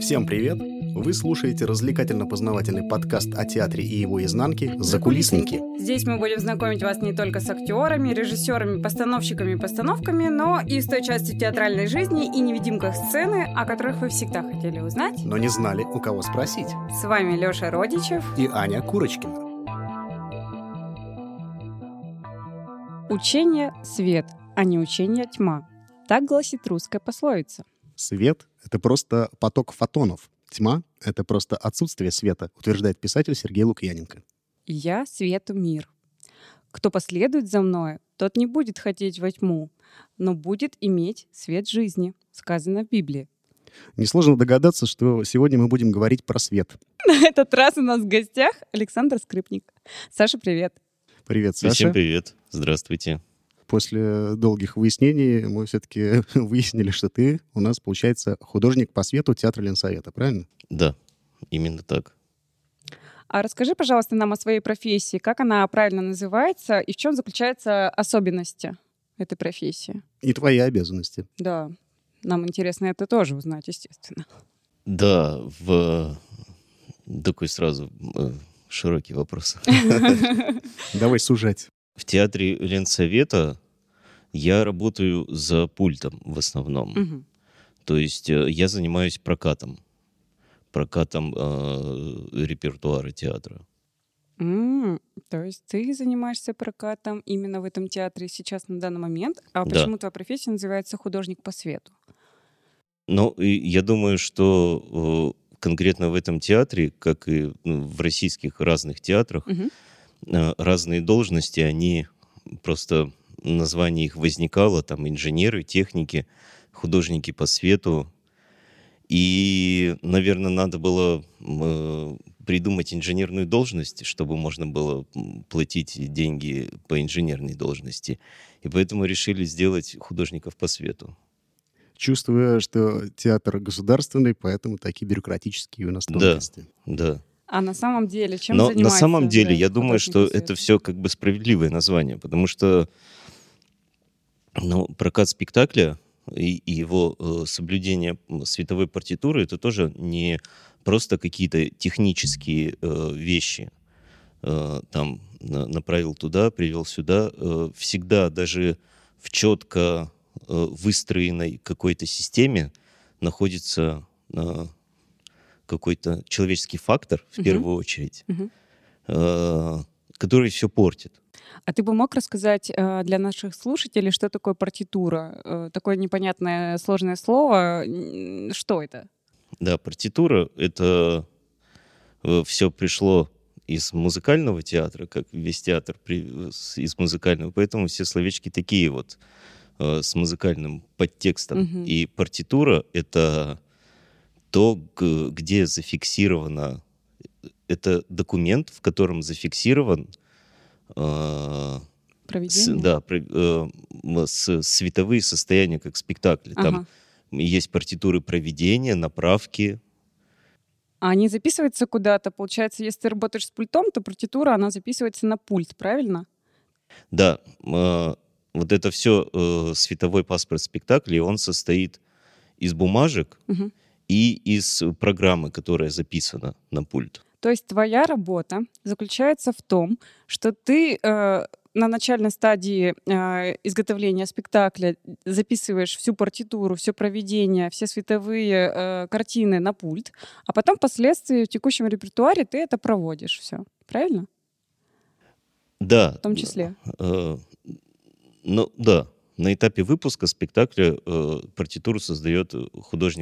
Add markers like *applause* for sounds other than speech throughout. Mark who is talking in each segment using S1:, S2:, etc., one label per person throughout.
S1: Всем привет! Вы слушаете развлекательно-познавательный подкаст о театре и его изнанке «Закулисники».
S2: Здесь мы будем знакомить вас не только с актерами, режиссерами, постановщиками и постановками, но и с той частью театральной жизни и невидимках сцены, о которых вы всегда хотели узнать.
S1: Но не знали, у кого спросить.
S2: С вами Леша Родичев.
S1: И Аня Курочкина.
S2: Учение – свет, а не учение – тьма. Так гласит русская пословица.
S1: Свет — это просто поток фотонов. Тьма — это просто отсутствие света, утверждает писатель Сергей Лукьяненко.
S2: «Я свету мир. Кто последует за мною, тот не будет хотеть во тьму, но будет иметь свет жизни», сказано в Библии. *laughs*
S1: Несложно догадаться, что сегодня мы будем говорить про свет.
S2: На этот раз у нас в гостях Александр Скрипник. Саша, привет.
S1: Привет, Саша.
S3: Всем привет. Здравствуйте.
S1: После долгих выяснений мы все-таки *laughs* выяснили, что ты у нас, получается, художник по свету театра Ленсовета, правильно?
S3: Да, именно так.
S2: А расскажи, пожалуйста, нам о своей профессии, как она правильно называется и в чем заключаются особенности этой профессии.
S1: И твои обязанности.
S2: Да, нам интересно это тоже узнать, естественно.
S3: Да, в такой сразу э, широкий вопрос.
S1: Давай сужать.
S3: В театре Ленсовета я работаю за пультом в основном.
S2: *laughs* Мгм.
S3: То есть э, я занимаюсь прокатом. Прокатом э, репертуара театра.
S2: М, То есть ты занимаешься прокатом именно в этом театре сейчас на данный момент, а
S3: Да.
S2: почему твоя профессия называется художник по свету?
S3: Ну, и я думаю, что э, конкретно в этом театре, как и ну, в российских разных театрах,
S2: Мгм.
S3: э, разные должности, они просто название их возникало, там инженеры, техники, художники по свету. И, наверное, надо было м, э, придумать инженерную должность, чтобы можно было м, платить деньги по инженерной должности. И поэтому решили сделать художников по свету.
S1: Чувствуя, что театр государственный, поэтому такие бюрократические у нас
S3: Да.
S1: тонкости.
S3: Да.
S2: А на самом деле чем
S3: Но на
S2: занимается?
S3: самом деле
S2: да,
S3: я думаю,
S2: художник
S3: что
S2: по свету?
S3: это все как бы справедливое название, потому что ну, прокат спектакля и, и его э, соблюдение м, световой партитуры это тоже не просто какие-то технические э, вещи. Э, там на- направил туда, привел сюда. Э, всегда даже в четко э, выстроенной какой-то системе находится э, какой-то человеческий фактор в
S2: Мгм.
S3: первую очередь
S2: Мгм.
S3: э, который все портит.
S2: А ты бы мог рассказать э, для наших слушателей, что такое партитура? Э, Такое непонятное сложное слово. М, Что это?
S3: Да, партитура — это все пришло из музыкального театра, как весь театр при- с- из музыкального, поэтому все словечки такие вот э, с музыкальным подтекстом.
S2: Мгм.
S3: И партитура — это то, г- где зафиксировано... э, Это документ, в котором зафиксирован э, с-
S2: Проведение?
S3: да, про- э, м, с- световые состояния, как спектакли. Там
S2: Ага.
S3: Есть партитуры проведения, направки.
S2: А они записываются куда-то? Получается, если ты работаешь с пультом, то партитура, она записывается на пульт, правильно?
S3: Да, э, вот это все световой паспорт спектакля, и он состоит из бумажек
S2: Мгм.
S3: и из программы, которая записана на пульт.
S2: То есть твоя работа заключается в том, что ты э, на начальной стадии э, изготовления спектакля записываешь всю партитуру, все проведение, все световые э, картины на пульт, а потом впоследствии в текущем репертуаре ты это проводишь все. Правильно?
S3: Да.
S2: В том числе.
S3: э, ну, да. На этапе выпуска спектакля э, партитуру создает художник,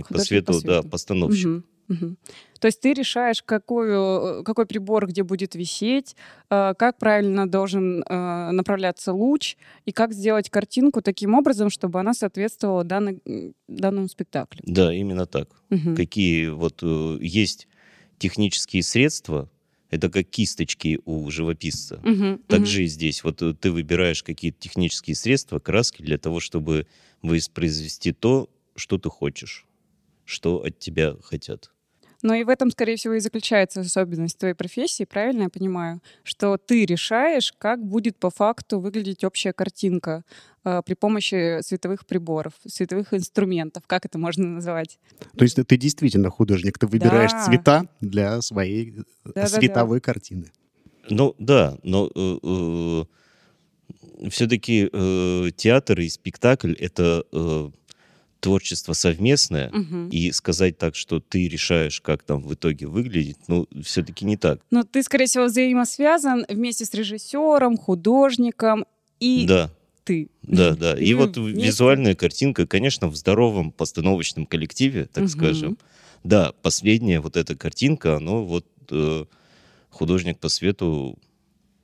S3: по,
S2: Художник
S3: свету,
S2: по
S3: да,
S2: свету.
S3: постановщик.
S2: Мгм, мгм. То есть ты решаешь, какую, э, какой прибор где будет висеть, э, как правильно должен э, направляться луч, и как сделать картинку таким образом, чтобы она соответствовала данной- м, данному спектаклю.
S3: Да, именно так.
S2: Мгм.
S3: какие вот э, есть технические средства, это как кисточки у живописца.
S2: Мгм, мгм.
S3: Также и здесь. Вот э, ты выбираешь какие-то технические средства, краски для того, чтобы воспроизвести то, что ты хочешь, что от тебя хотят.
S2: Но Ну и в этом, скорее всего, и заключается особенность твоей профессии, правильно я понимаю? Что ты решаешь, как будет по факту выглядеть общая картинка э, при помощи световых приборов, световых инструментов, как это можно назвать?
S1: То есть ты действительно художник, ты выбираешь
S2: Да.
S1: цвета для своей э,
S2: Да-да-да.
S1: световой картины.
S3: Ну да, но э, все-таки э, театр и спектакль это э, творчество совместное.
S2: Мгм.
S3: И сказать так, что ты решаешь, как там в итоге выглядит, ну, все-таки не так.
S2: Но Ну, ты, скорее всего, взаимосвязан вместе с режиссером, художником и
S3: Да,
S2: ты.
S3: да,
S2: *laughs*
S3: да. И
S2: Вы
S3: вот
S2: вместе.
S3: визуальная картинка, конечно, в здоровом постановочном коллективе, так
S2: Мгм.
S3: скажем. Да, последняя вот эта картинка, она вот э, художник по свету,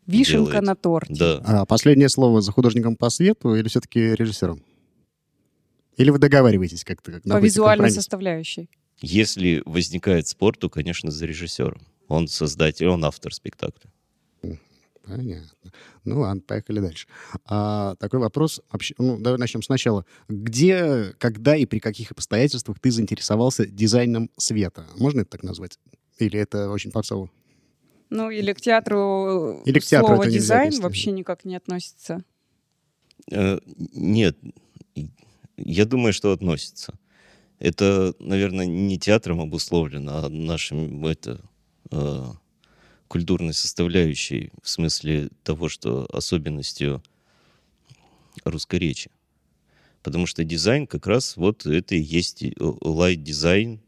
S2: Вишенка
S3: делает.
S2: на торте.
S3: да.
S1: А последнее слово за художником по свету или все-таки режиссером? Или вы договариваетесь как-то? Как
S2: По визуальной составляющей.
S3: Если возникает спор, то, конечно, за режиссером. Он создатель, он автор спектакля.
S1: Понятно. Ну ладно, поехали дальше. А, такой вопрос. вообще- ну, давай начнем сначала. Где, когда и при каких обстоятельствах ты заинтересовался дизайном света? Можно это так назвать? Или это очень попсово?
S2: Ну, или к театру э,
S1: Или к театру
S2: слово
S1: это нельзя
S2: дизайн
S1: отнести.
S2: вообще никак не относится.
S3: Э, Нет, И- я думаю, что относится. Это, наверное, не театром обусловлено, а нашим это, э, культурной составляющей, в смысле того, что особенностью русской речи. Потому что дизайн как раз вот это и есть и, э, лайт-дизайн.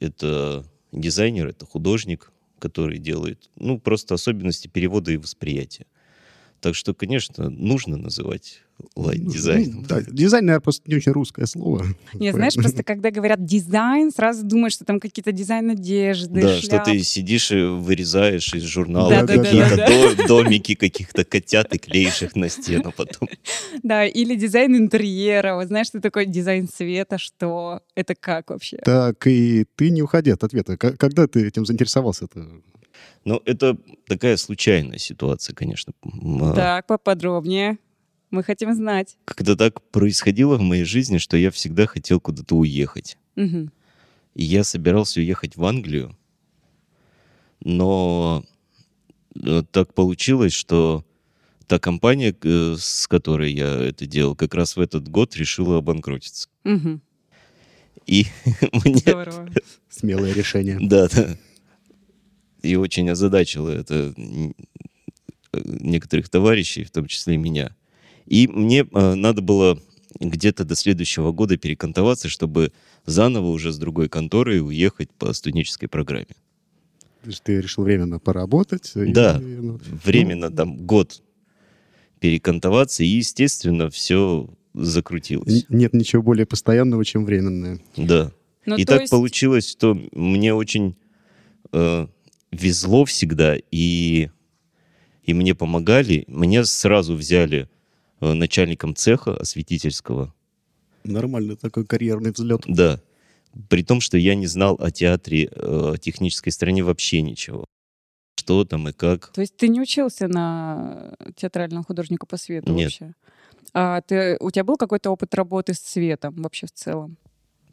S3: Это дизайнер, это художник, который делает, ну, просто особенности перевода и восприятия. Так что, конечно, нужно называть лайт-дизайном.
S1: Ну, да, дизайн, наверное, просто не очень русское слово.
S2: Не, знаешь,
S1: Поэтому-
S2: просто
S1: *laughs*
S2: когда говорят дизайн, сразу думаешь, что там какие-то дизайн одежды,
S3: Да, что
S2: шляп.
S3: ты сидишь и вырезаешь из
S1: Да,
S3: журнала
S1: да, да,
S3: какие-то
S2: да,
S3: до- домики каких-то котят и клеишь их на стену потом.
S2: Да, или дизайн интерьера. Вот знаешь, что такое дизайн света, что это как вообще?
S1: Так, и ты не уходи от ответа. К- Когда ты этим заинтересовался? -то?
S3: Но Ну, это такая случайная ситуация, конечно. М, а,
S2: Так, поподробнее. Мы хотим знать.
S3: Когда так происходило в моей жизни, что я всегда хотел куда-то уехать.
S2: Мгм.
S3: И я собирался уехать в Англию, но э, так получилось, что та компания, э, с которой я это делал, как раз в этот год решила обанкротиться.
S2: Мгм.
S3: И мне
S2: Здорово.
S1: Смелое решение.
S3: Да, да. И очень озадачило это м, э, некоторых товарищей, в том числе и меня. И мне э, надо было где-то до следующего года перекантоваться, чтобы заново уже с другой конторой уехать по студенческой программе.
S1: То есть Ты решил временно поработать. и-
S3: Да.
S1: ну,
S3: Временно там год перекантоваться, и, естественно, все
S1: ну, н-
S3: закрутилось.
S1: Нет ничего более постоянного, чем временное.
S3: Да.
S2: Ну,
S3: и
S2: то
S3: так
S2: есть-
S3: получилось, что мне очень э, везло всегда, и, и мне помогали. Меня сразу взяли э, начальником цеха осветительского.
S1: Нормально такой карьерный взлет.
S3: Да. При том, что я не знал о театре, э, о технической стороне вообще ничего. Что там и как.
S2: То есть ты не учился на э, театрального художника по свету
S3: Нет.
S2: вообще? А ты, у тебя был какой-то опыт работы с светом вообще в целом?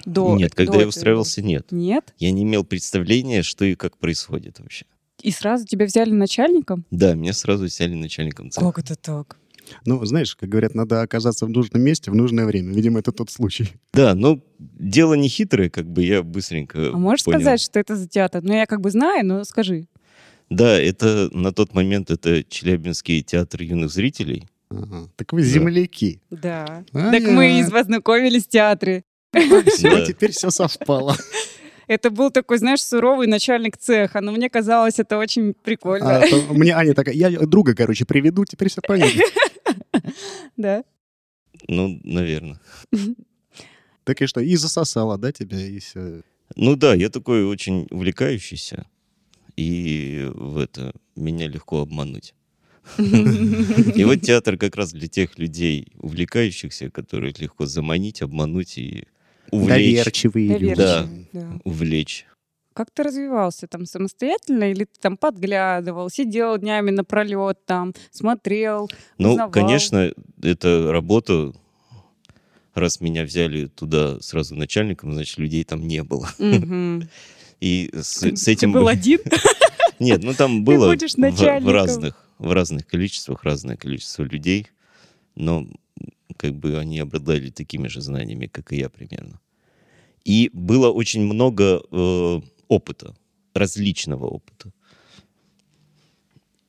S2: До,
S3: нет, когда
S2: до
S3: я
S2: этого?
S3: устраивался, нет.
S2: Нет?
S3: Я не имел представления, что и как происходит вообще.
S2: И сразу тебя взяли начальником?
S3: Да, меня сразу взяли начальником цеха.
S2: Как это так?
S1: Ну, знаешь, как говорят, надо оказаться в нужном месте в нужное время. Видимо, это тот случай.
S3: Да, но дело не хитрое, как бы я быстренько
S2: А можешь
S3: Э, понял.
S2: сказать, что это за театр? Ну, я как бы знаю, но скажи.
S3: Да, это на тот момент это Челябинский театр юных зрителей.
S1: Ага. Так вы
S2: *laughs*
S1: земляки.
S2: Да.
S1: А,
S2: так мы и
S1: я-
S2: познакомились в театре.
S1: Всё,
S3: Да.
S1: теперь все совпало.
S2: Это был такой, знаешь, суровый начальник цеха, но мне казалось, это очень прикольно.
S1: А, то Мне Аня такая, я друга, короче, приведу, теперь все понятно.
S2: *laughs* Да.
S3: Ну, наверное.
S1: Так и что, и засосала, да, тебя? и всё.
S3: Ну да, я такой очень увлекающийся. И в это меня легко обмануть. И вот театр как раз для тех людей, увлекающихся, которых легко заманить, обмануть и увлечь.
S1: Доверчивые люди.
S3: Да.
S2: Да.
S3: Увлечь.
S2: Как ты развивался там самостоятельно или ты там подглядывал, сидел днями напролет там, смотрел?
S3: Ну,
S2: Узнавал.
S3: конечно, это работа. Раз меня взяли туда сразу начальником, значит, людей там не было.
S2: Мгм.
S3: И с,
S2: Ты-
S3: с
S2: Ты
S3: этим... *laughs*
S2: был один?
S3: Нет,
S2: *laughs*
S3: ну там было
S2: будешь
S3: в- в,
S2: начальником.
S3: разных, в разных количествах разное количество людей, но как бы они обладали такими же знаниями, как и я примерно. И было очень много э, опыта, различного опыта.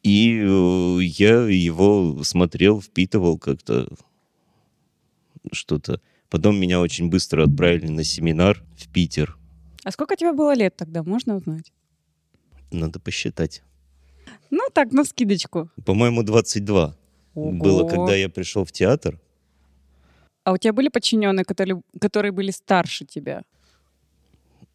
S3: И э, я его смотрел, впитывал как-то что-то. Потом меня очень быстро отправили на семинар в Питер.
S2: А сколько тебе было лет тогда, можно узнать?
S3: Надо посчитать.
S2: Ну так, на скидочку.
S3: По-моему, 22. было, когда я пришел в театр.
S2: А у тебя были подчиненные, которые, которые были старше тебя?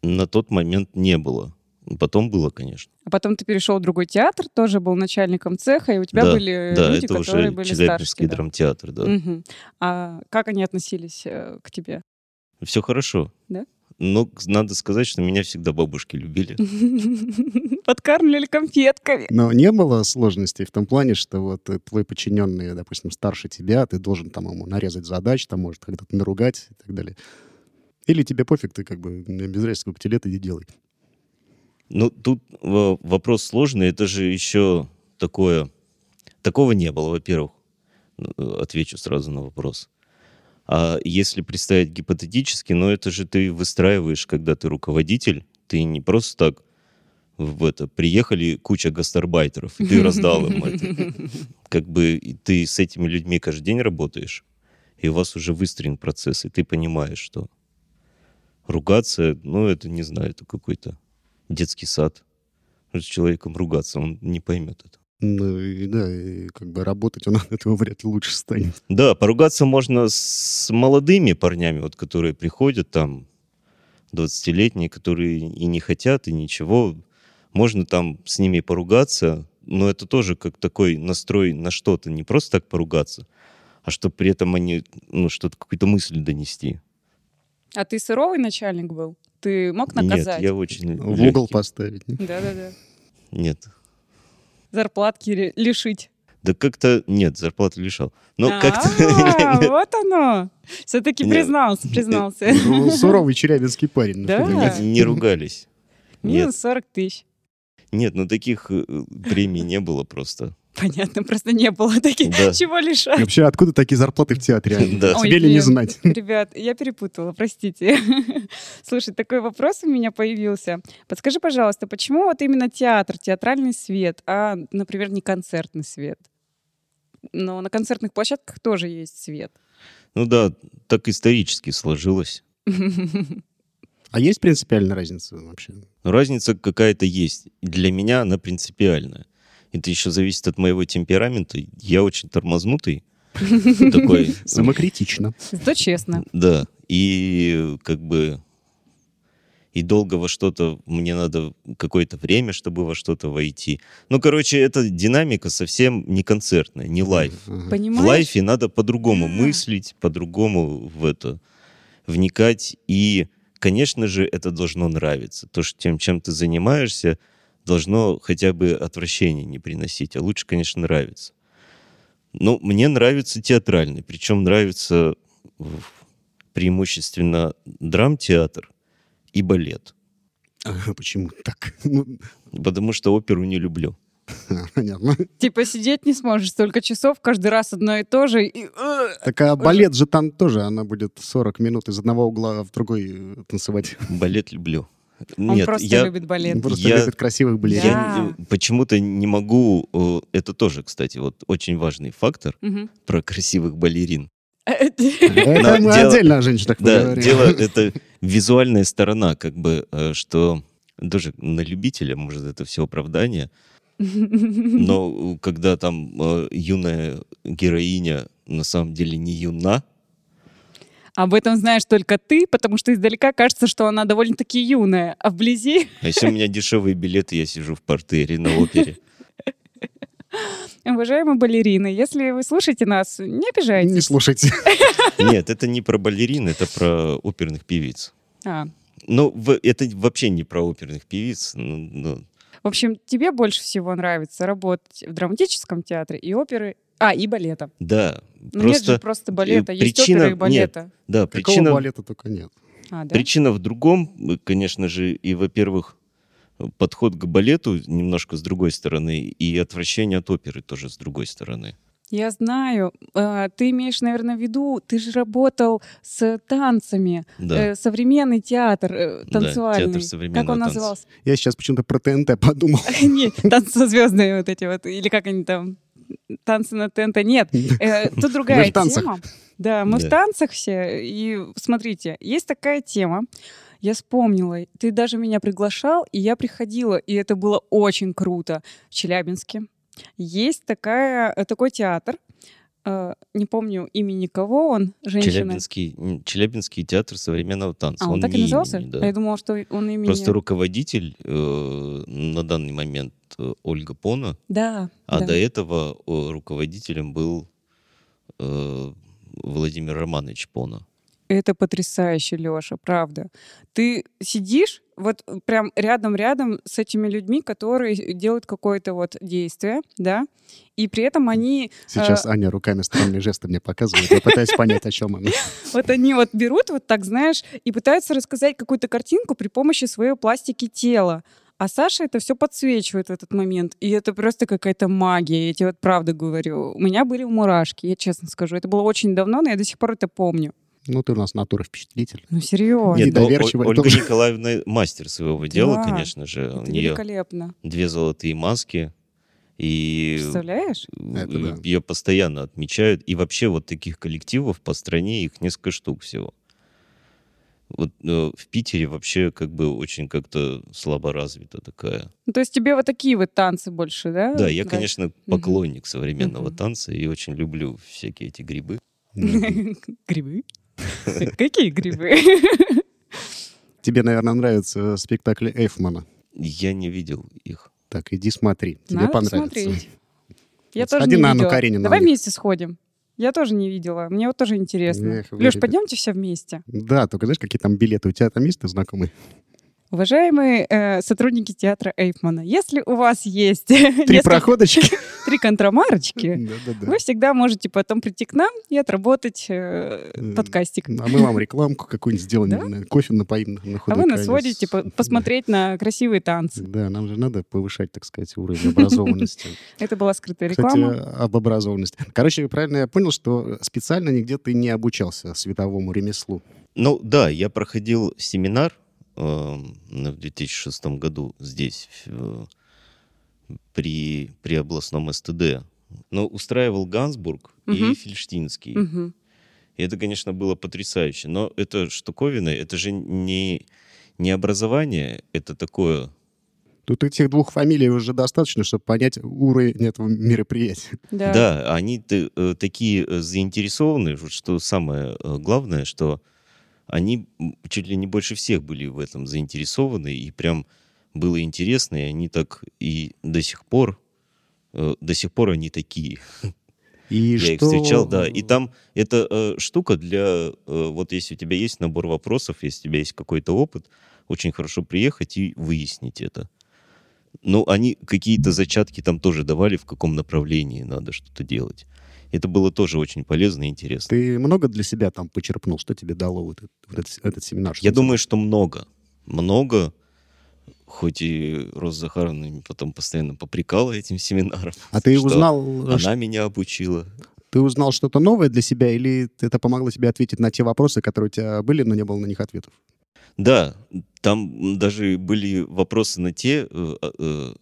S3: На тот момент не было. Потом было, конечно.
S2: А потом ты перешел в другой театр, тоже был начальником цеха, и у тебя
S3: да,
S2: были
S3: да,
S2: люди,
S3: это
S2: которые
S3: уже
S2: были старше
S3: Челябинский
S2: тебя.
S3: драмтеатр, да.
S2: Мгм. А как они относились э, к тебе? *laughs*
S3: Все хорошо.
S2: Да?
S3: Но к- надо сказать, что меня всегда бабушки любили.
S2: Подкармливали конфетками.
S1: Но не было сложностей в том плане, что вот э, твой подчиненный, допустим, старше тебя, ты должен там ему нарезать задач, там может когда-то наругать и так далее. Или тебе пофиг, ты как бы м, без разницы, сколько тебе лет, иди делай.
S3: Ну, тут э, вопрос сложный. Это же еще такое... Такого не было, во-первых. Э, Отвечу сразу на вопрос. А если представить гипотетически, но это же ты выстраиваешь, когда ты руководитель. Ты не просто так в это... Приехали куча гастарбайтеров, и ты раздал
S2: *laughs*
S3: им это. Как бы и ты с этими людьми каждый день работаешь, и у вас уже выстроен процесс, и ты понимаешь, что ругаться, ну, это, не знаю, это какой-то детский сад. Ну, С человеком ругаться, он не поймет это.
S1: Ну и да, и как бы работать он *laughs* от этого вряд ли лучше станет.
S3: Да, поругаться можно с молодыми парнями, вот, которые приходят там, 20-летние, которые и не хотят, и ничего. Можно там с ними поругаться, но это тоже как такой настрой на что-то. Не просто так поругаться, а чтобы при этом они, ну, что-то, какую-то мысль донести.
S2: А ты сыровый начальник был? Ты мог
S3: Нет,
S2: наказать?
S3: я очень...
S1: В угол
S3: легкий.
S1: поставить. ну. не?
S2: Да-да-да.
S3: Нет,
S2: Зарплатки ре- лишить.
S3: Да как-то нет, зарплату лишал. Но
S2: А, *laughs*
S3: Ну, как-то *laughs*
S2: Вот оно. Все-таки
S3: Нет.
S2: признался, признался.
S1: Ну, Суровый челябинский парень. ну, на
S2: Да?
S1: самом деле.
S3: не- не ругались. Нет,
S2: Минус 40 тысяч.
S3: нет, ну таких э, премий не было просто.
S2: Понятно, просто не было таких.
S3: Да.
S2: Чего
S3: *laughs*
S2: лишать?
S1: Вообще, откуда такие зарплаты в театре? а?
S3: Да.
S2: Ой,
S1: Тебе ли не
S2: блин.
S1: знать?
S2: Ребят, я перепутала, простите. *laughs* Слушай, такой вопрос у меня появился. Подскажи, пожалуйста, почему вот именно театр, театральный свет, а, например, не концертный свет? Но на концертных площадках тоже есть свет. *laughs*
S3: Ну да, так исторически сложилось.
S1: А есть принципиальная разница вообще?
S3: Но разница какая-то есть. И Для меня она принципиальная. Это еще зависит от моего темперамента. Я очень тормознутый такой.
S1: Самокритично.
S2: Зато честно.
S3: Да, и э, как бы и долго во что-то мне надо какое-то время, чтобы во что-то войти. Ну, короче, эта динамика совсем не концертная, не лайв.
S1: Ага.
S3: В
S2: Понимаешь?
S3: лайфе надо по-другому
S2: Да.
S3: мыслить, по-другому в это вникать. И, конечно же, это должно нравиться. То, что тем, чем ты занимаешься, должно хотя бы отвращения не приносить. А лучше, конечно, нравится. Ну, мне нравится театральный. Причем нравится в- преимущественно драмтеатр и балет.
S1: А Почему так? *laughs* Ну,
S3: Потому что оперу не люблю.
S1: понятно.
S2: Типа сидеть не сможешь столько часов, каждый раз одно и то же. и, э,
S1: Так а балет же там тоже, она будет 40 минут из одного угла в другой э,
S2: *laughs*
S1: танцевать.
S3: Балет люблю.
S2: Он
S3: Нет,
S2: просто
S3: я
S2: любит балет.
S1: Он Просто
S3: Я-
S1: любит красивых балерин.
S2: *laughs* Я-
S3: Я не- почему-то не могу, э, это тоже, кстати, вот очень важный фактор
S2: Мгм. *laughs*
S3: про красивых балерин.
S1: Это
S3: Но
S1: мы
S3: дело-
S1: отдельно о женщинах
S3: Да,
S1: поговорим. *laughs*
S3: дело это визуальная сторона, как бы, э, что даже на любителя, может, это все оправдание, но э, когда там э, юная героиня на самом деле не юна,
S2: Об этом знаешь только ты, потому что издалека кажется, что она довольно-таки юная, а вблизи *laughs*
S3: а если у меня дешевые билеты, я сижу в портере на опере.
S2: Уважаемые балерины, если вы слушаете нас, не обижайтесь.
S1: Не слушайте.
S3: Нет, это не про балерин, это про оперных певиц.
S2: А,
S3: Ну, в- это вообще не про оперных певиц. ну, ну,
S2: В общем, тебе больше всего нравится работать в драматическом театре и оперы, а, и балета.
S3: Да,
S2: Ну, нет
S3: просто э,
S2: же просто балета, есть
S3: причина-
S2: опера и балета.
S3: да
S1: Какого
S3: причина
S1: балета только нет.
S2: А, да?
S3: причина в другом, э, конечно же, и во-первых, подход к балету немножко с другой стороны и отвращение от оперы тоже с другой стороны.
S2: Я знаю. Э, Ты имеешь, наверное, в виду, ты же работал с танцами.
S3: Да.
S2: Э, Современный театр э,
S3: Да,
S2: танцуальный.
S3: театр современного
S2: Как он
S3: танца.
S2: назывался?
S1: Я сейчас почему-то про ТНТ
S2: *laughs*
S1: подумал.
S2: Нет, танцы звездные вот эти вот, или как они там, танцы на ТНТ. Нет, э, тут
S1: Мы
S2: другая
S1: же в танцах.
S2: тема. Да, мы
S3: Да.
S2: в танцах все. И смотрите, есть такая тема. Я вспомнила, ты даже меня приглашал, и я приходила, и это было очень круто в Челябинске. Есть такая, э, такой театр, э, не помню имени кого он, женщина.
S3: Челябинский, м, Челябинский театр современного танца.
S2: А, он так и
S3: не
S2: назывался?
S3: имени, да.
S2: А Я думала, что он имени...
S3: Просто руководитель э, на данный момент э, Ольга Пона,
S2: Да,
S3: а
S2: да.
S3: до этого э, руководителем был э, Владимир Романович Пона.
S2: Это потрясающе, Леша, правда. Ты сидишь вот э, прям рядом-рядом с этими людьми, которые делают какое-то вот действие, да, и при этом они,
S1: Сейчас Аня руками странные жесты мне показывает. Я пытаюсь понять, о чем она.
S2: вот они вот берут вот так, знаешь, и пытаются рассказать какую-то картинку при помощи своей пластики тела. А Саша это все подсвечивает в этот момент. И это просто какая-то магия, я тебе вот правду говорю. У меня были мурашки, я честно скажу. Это было очень давно, но я до сих пор это помню.
S1: Ну, ты у нас натура впечатлитель.
S2: *laughs* Ну, серьезно.
S1: Нет,
S3: О- О-
S1: недоверчивая
S3: Ольга
S1: тоже.
S3: Николаевна мастер своего дела,
S2: Да,
S3: конечно же. У
S2: это
S3: нее
S2: великолепно.
S3: две золотые маски. И
S2: Представляешь?
S1: Это да.
S3: ее постоянно отмечают. И вообще вот таких коллективов по стране их несколько штук всего. Вот э, в Питере вообще как бы очень как-то слабо развита такая.
S2: Ну, То есть тебе вот такие вот танцы больше, Ну, да?
S3: Да, я,
S2: нравятся?
S3: конечно, поклонник современного
S2: Мгм.
S3: танца и очень люблю всякие эти грибы.
S1: Мгм.
S2: Грибы? *laughs* Какие грибы?
S1: Тебе, наверное, нравится спектакль Эйфмана.
S3: Я не видел их.
S1: Так, иди смотри. Тебе
S2: Надо
S1: понравится.
S2: посмотреть. Я
S1: Вот
S2: тоже
S1: сходи
S2: не
S1: на Анну
S2: видела.
S1: Каренину,
S2: Давай
S1: Аня.
S2: вместе сходим. Я тоже не видела. Мне вот тоже интересно.
S1: Эх, вы,
S2: Леш,
S1: ребят.
S2: пойдемте все вместе.
S1: Да, только знаешь, какие там билеты? У тебя там есть ты знакомый?
S2: Уважаемые э, сотрудники театра Эйфмана, если у вас есть *laughs* три,
S1: Три проходочки.
S2: *laughs* три контрамарочки,
S1: Да-да-да.
S2: вы всегда можете потом прийти к нам и отработать э,
S1: М,
S2: подкастик.
S1: А мы вам рекламку какую-нибудь сделаем,
S2: Да?
S1: не знаю, кофе напоим на- на
S2: А
S1: худой
S2: вы нас
S1: конец.
S2: водите по- посмотреть на красивые танцы.
S1: Да, нам же надо повышать, так сказать, уровень
S2: *laughs*
S1: образованности.
S2: Это была скрытая
S1: Кстати,
S2: реклама.
S1: об образованности. Короче, правильно я понял, что специально нигде ты не обучался световому ремеслу.
S3: Ну да, я проходил семинар эм, в 2006 году здесь, в- при, при областном СТД. Но устраивал Гансбург и
S2: Мгм.
S3: Фельштинский.
S1: э,
S2: Мгм.
S3: И это, конечно, было потрясающе. Но это штуковины, это же не, не образование, это такое...
S1: Тут этих двух фамилий уже достаточно, чтобы понять уровень этого мероприятия.
S3: Да,
S2: Да.
S3: они т- э, такие э, заинтересованы, вот что самое э, главное, что они м, чуть ли не больше всех были в этом заинтересованы, и прям было интересно, и они так и до сих пор, э, до сих пор они такие.
S1: И
S3: Я их
S1: что-
S3: встречал, да. И там эта э, штука для... э, вот если у тебя есть набор вопросов, если у тебя есть какой-то опыт, очень хорошо приехать и выяснить это. Ну, они какие-то зачатки там тоже давали, в каком направлении надо что-то делать. Это было тоже очень полезно и интересно.
S1: Ты много для себя там почерпнул? Что тебе дало вот этот, вот этот- этот семинар? Что
S3: Я
S1: тебе-
S3: думаю, что много. Много. Хоть и Роза Захаровна потом постоянно попрекала этим семинаром.
S1: А ты
S3: что
S1: узнал,
S3: Она меня обучила.
S1: Ты узнал что-то новое для себя, или это помогло тебе ответить на те вопросы, которые у тебя были, но не было на них ответов?
S3: Да, там даже были вопросы на те, э, э,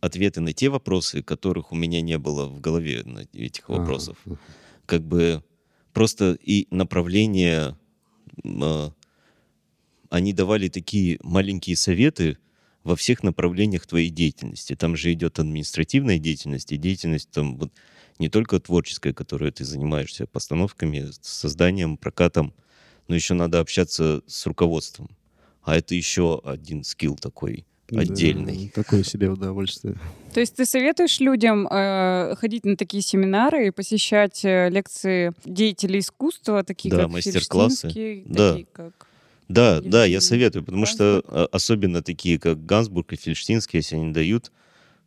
S3: ответы на те вопросы, которых у меня не было в голове на этих
S1: А,
S3: вопросов.
S1: Ага.
S3: Как бы просто и направление, м, э, они давали такие маленькие советы во всех направлениях твоей деятельности. Там же идет административная деятельность и деятельность там вот не только творческая, которой ты занимаешься постановками, созданием, прокатом, но еще надо общаться с руководством. А это еще один скилл такой отдельный.
S1: Да, такое себе удовольствие.
S2: То есть ты советуешь людям э, ходить на такие семинары и посещать э, лекции деятелей искусства, такие
S3: Да,
S2: как
S3: мастер-классы.
S2: Фельштинский,
S3: Да.
S2: такие как...
S3: Да,
S2: Или
S3: да, я
S2: в
S3: советую, потому что а, особенно такие, как Гансбург и Фельштинский, если э, они дают,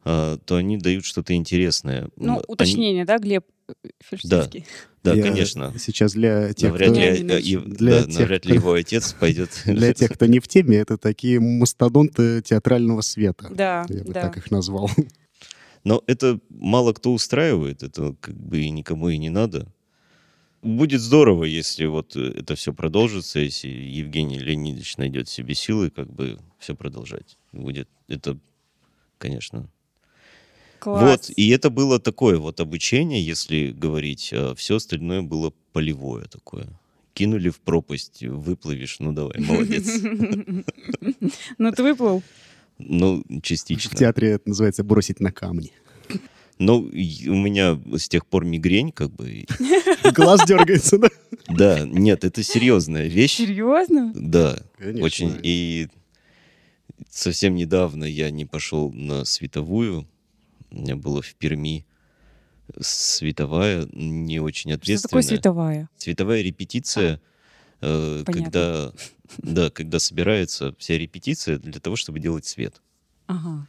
S3: а, то они дают что-то интересное.
S2: Ну,
S3: М, они-
S2: уточнение, да, Глеб? э, Фельштинский.
S3: Да,
S1: Я
S3: конечно.
S1: Сейчас для тех,
S3: навряд,
S1: кто,
S3: ли,
S2: Не, не
S3: э, и-
S1: для
S3: да,
S1: тех,
S3: навряд ли
S1: кто-
S3: его отец пойдет.
S1: *laughs* для тех, кто не в теме, это такие мастодонты театрального света.
S2: Да,
S1: Я бы
S2: да.
S1: так их назвал.
S3: Но это мало кто устраивает, это как бы и никому и не надо. Будет здорово, если вот э, это все продолжится, если Евгений Леонидович найдет в себе силы, как бы все продолжать. Будет это, конечно.
S2: Класс.
S3: Вот, и это было такое вот обучение, если говорить, все остальное было полевое такое. Кинули в пропасть, выплывешь, ну давай, молодец.
S2: *laughs* Ну, ты выплыл?
S3: Ну,
S1: В
S3: частично.
S1: театре это называется «бросить на камни».
S3: Ну, и у меня с тех пор мигрень, как бы. и-
S1: Глаз дергается, да?
S3: Да, нет, это серьезная вещь.
S2: Серьезно?
S3: Да,
S1: Конечно.
S3: *laughs* очень. И совсем недавно я не пошел на световую. У меня было в Перми световая, не очень
S2: Что такое
S3: ответственная.
S2: световая?
S3: Световая репетиция, э,
S2: понятно.
S3: когда, да, когда собирается вся репетиция для того, чтобы делать свет.
S2: Ага.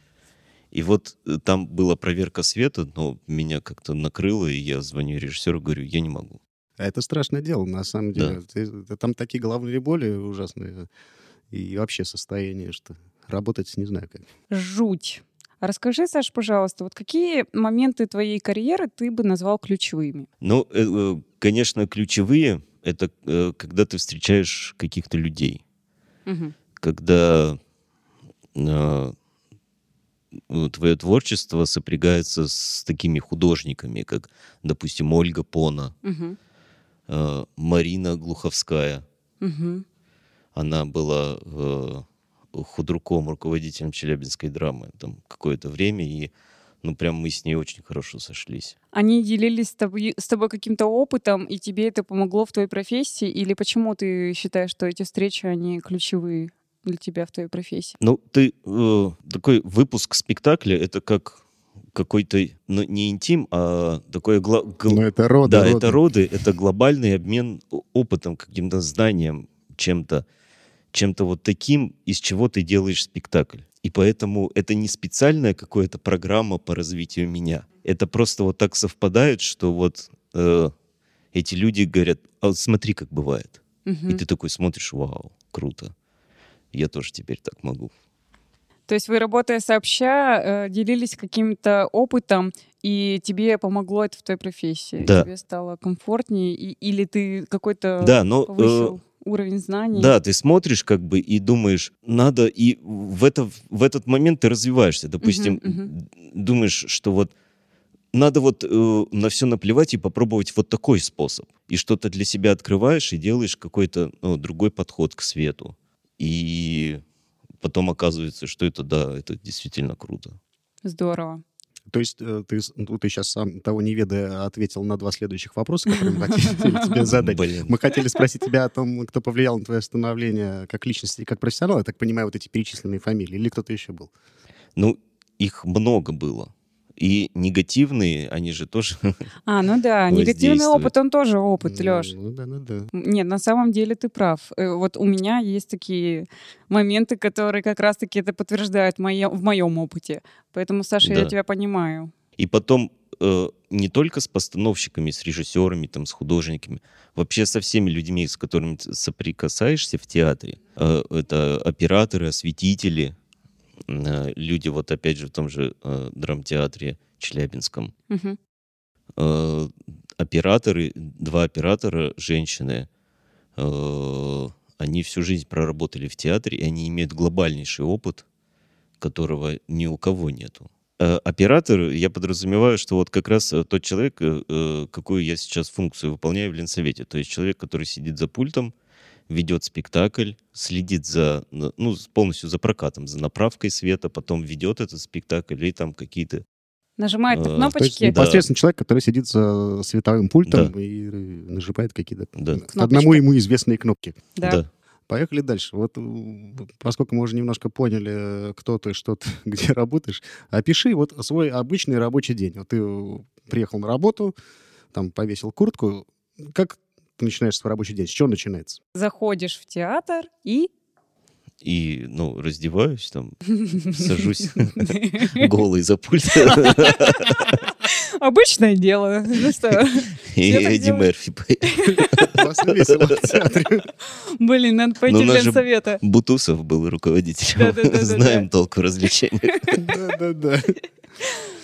S3: И вот э, там была проверка света, но меня как-то накрыло, и я звоню режиссеру, говорю, я не могу.
S1: А Это страшное дело, на самом деле. Ты- ты- Там такие головные боли ужасные. И вообще состояние, что работать не знаю как.
S2: Жуть. А Расскажи, Саш, пожалуйста, вот какие моменты твоей карьеры ты бы назвал ключевыми?
S3: Ну, э, э, конечно, ключевые — это э, когда ты встречаешь каких-то людей. когда э, ну, твое творчество сопрягается с такими художниками, как, допустим, Ольга Пона,
S2: Мгм.
S3: э, Марина Глуховская.
S2: Мгм.
S3: Она была э, худруком, руководителем Челябинской драмы там какое-то время, и ну прям мы с ней очень хорошо сошлись.
S2: Они делились с тобой, с тобой каким-то опытом, и тебе это помогло в твоей профессии? Или почему ты считаешь, что эти встречи, они ключевые для тебя в твоей профессии?
S3: Ну, ты э, такой выпуск спектакля это как какой-то, ну, не интим, а такое гла- гл-
S1: Но это роды.
S3: да,
S1: роды.
S3: это роды, это глобальный обмен о- опытом, каким-то знанием, чем-то, чем-то вот таким, из чего ты делаешь спектакль. И поэтому это не специальная какая-то программа по развитию меня. Это просто вот так совпадает, что вот э, эти люди говорят, а вот смотри, как бывает.
S2: Мгм.
S3: И ты такой смотришь, вау, круто. Я тоже теперь так могу.
S2: То есть вы, работая сообща, э, делились каким-то опытом, и тебе помогло это в твоей профессии?
S3: Да.
S2: Тебе стало комфортнее? и- или ты какой-то
S3: Да, но э,
S2: повысил уровень знаний?
S3: Да, ты смотришь как бы и думаешь, надо, и в, это, в этот момент ты развиваешься. Допустим,
S2: Мгм, мгм.
S3: думаешь, что вот надо вот э, на все наплевать и попробовать вот такой способ. И что-то для себя открываешь и делаешь какой-то ну, другой подход к свету. И потом оказывается, что это, да, это действительно круто.
S2: Здорово.
S1: То есть э, ты, с- ну, ты сейчас сам того не ведая ответил на два следующих вопроса, которые мы
S3: *laughs*
S1: хотели тебе задать.
S3: Блин.
S1: Мы хотели спросить тебя о том, кто повлиял на твое становление как личности и как профессионала. Я так понимаю, вот эти перечисленные фамилии. Или кто-то еще был?
S3: Ну, их много было. И негативные, они же тоже...
S2: А, ну да, негативный
S3: Воздействует.
S2: опыт, он тоже опыт, Леш.
S1: Ну да, ну да.
S2: Нет, на самом деле ты прав. Э, Вот у меня есть такие моменты, которые как раз-таки это подтверждают мое- в моем опыте. Поэтому, Саша, я
S3: Да.
S2: тебя понимаю.
S3: И потом э, не только с постановщиками, с режиссерами, там, с художниками, вообще со всеми людьми, с которыми ты соприкасаешься в театре. Э, это операторы, осветители, э, люди вот опять же в том же э, драмтеатре Челябинском.
S2: Мгм.
S3: Э, операторы, два оператора, женщины, э, они всю жизнь проработали в театре, и они имеют глобальнейший опыт, которого ни у кого нету. Э, оператор, я подразумеваю, что вот как раз э, тот человек, э, э, какую я сейчас функцию выполняю в Ленсовете, то есть человек, который сидит за пультом, ведет спектакль, следит за, э, ну, с- полностью за прокатом, за направкой света, потом ведет этот спектакль и там какие-то
S2: Нажимает на
S3: Э,
S1: То есть
S2: кнопочки.
S3: да.
S1: непосредственно человек, который сидит за световым пультом
S3: Да.
S1: и э, нажимает какие-то
S3: Да.
S1: одному ему известные кнопки.
S2: Да.
S3: да,
S1: Поехали дальше. Вот м, поскольку мы уже немножко поняли, э, кто ты, что ты, *laughs* где работаешь, опиши вот свой обычный рабочий день. Вот ты э, приехал на работу, там повесил куртку. Как ты начинаешь свой рабочий день? С чего начинается?
S2: Заходишь в театр и...
S3: и,
S2: *laughs*
S3: ну, раздеваюсь там, сажусь голый за пульт.
S2: Обычное дело. Ну что,
S3: *laughs* И
S2: Все так
S3: Эдди
S2: делают.
S3: Мерфи.
S1: У вас весело в
S2: *laughs*
S1: театре.
S2: блин, надо
S3: Ну,
S2: пойти
S3: у нас
S2: в
S3: же-
S2: совета.
S3: *laughs* Бутусов был руководителем.
S2: Да-да-да-да-да.
S3: Знаем толк
S2: *laughs*
S3: в развлечениях.
S1: Да-да-да.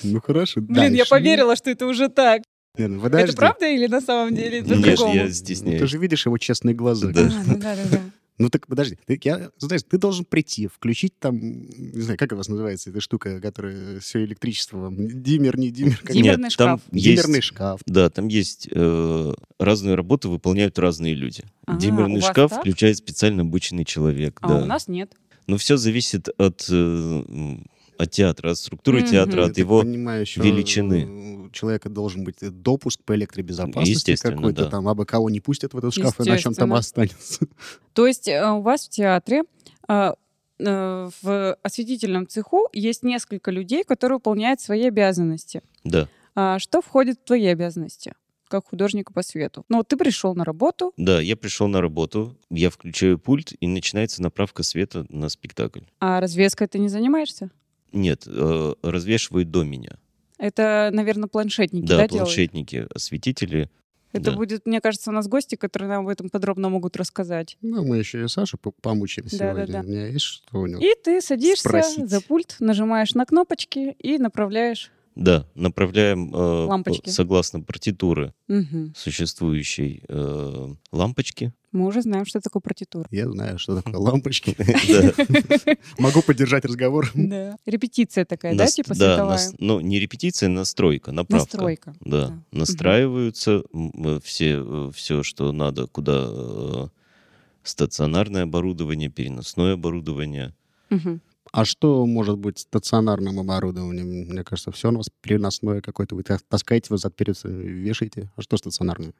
S1: Ну хорошо.
S2: Блин, я
S1: дальше.
S2: поверила, что это уже так.
S1: Лена, Подожди.
S2: Это правда или на самом деле это
S3: Нет,
S2: по-другому?
S3: я здесь
S1: Ну,
S3: не...
S1: Ты же видишь его честные глаза.
S3: Да.
S2: А, ну да, да, да.
S1: Ну так подожди, ты, я, знаешь, ты должен прийти, включить там, не знаю, как у вас называется эта штука, которая все электричество вам, диммер, не диммер, как
S2: Диммер.
S1: Нет,
S2: Диммерный
S3: Нет, там
S2: шкаф.
S3: есть...
S1: диммерный шкаф.
S3: Да, там есть э, разные работы выполняют разные люди.
S2: А,
S3: Диммерный
S2: у вас
S3: шкаф
S2: так?
S3: включает специально обученный человек.
S2: А
S3: да.
S2: у нас нет.
S3: Но все зависит от, э, м, от театра, от структуры
S2: Мгм.
S3: театра,
S1: Я
S3: от
S1: так
S3: его...
S1: понимаю, ещё
S3: величины.
S1: у человека должен быть допуск по электробезопасности
S3: Естественно,
S1: какой-то
S3: да.
S1: там, а бы кого не пустят в этот шкаф, и на чем там
S2: Естественно.
S1: останется. *laughs*
S2: То есть э, у вас в театре э, э, в осветительном цеху есть несколько людей, которые выполняют свои обязанности.
S3: Да,
S2: А что входит в твои обязанности как художника по свету? Ну, вот ты пришел на работу,
S3: да, я пришел на работу, я включаю пульт, и начинается направка света на спектакль.
S2: а развеской ты не занимаешься?
S3: Нет, э, развешивают до меня.
S2: Это, наверное, планшетники,
S3: Да,
S2: да, делают?
S3: планшетники, осветители.
S2: Это
S3: да.
S2: будет, мне кажется, у нас гости, которые нам об этом подробно могут рассказать.
S1: Ну, мы еще и Сашу по- помучим сегодня.
S2: Да-да-да.
S1: У меня есть что у него?
S2: И ты садишься
S1: Спросить.
S2: за пульт, нажимаешь на кнопочки и направляешь.
S3: Да, направляем э,
S2: Лампочки.
S3: по- согласно партитуры
S2: Мгм.
S3: существующей э,
S2: *laughs*
S3: лампочки.
S2: Мы уже знаем, что такое
S3: *laughs*
S2: партитура.
S1: Я знаю, что такое лампочки.
S3: Да.
S1: Могу поддержать разговор.
S2: Да. Репетиция такая, да,
S3: Нас-
S2: типа
S3: да,
S2: световая?
S3: нас- ну, не репетиция, настройка, направка.
S2: Настройка.
S3: Да,
S2: Да.
S3: настраиваются м, э, все, э, все, что надо, куда э, стационарное оборудование, переносное оборудование.
S2: Мгм.
S1: А что может быть стационарным оборудованием? Мне кажется, все у вас переносное какое-то. Вы та- таскаете, вы перец вешаете. А что стационарное?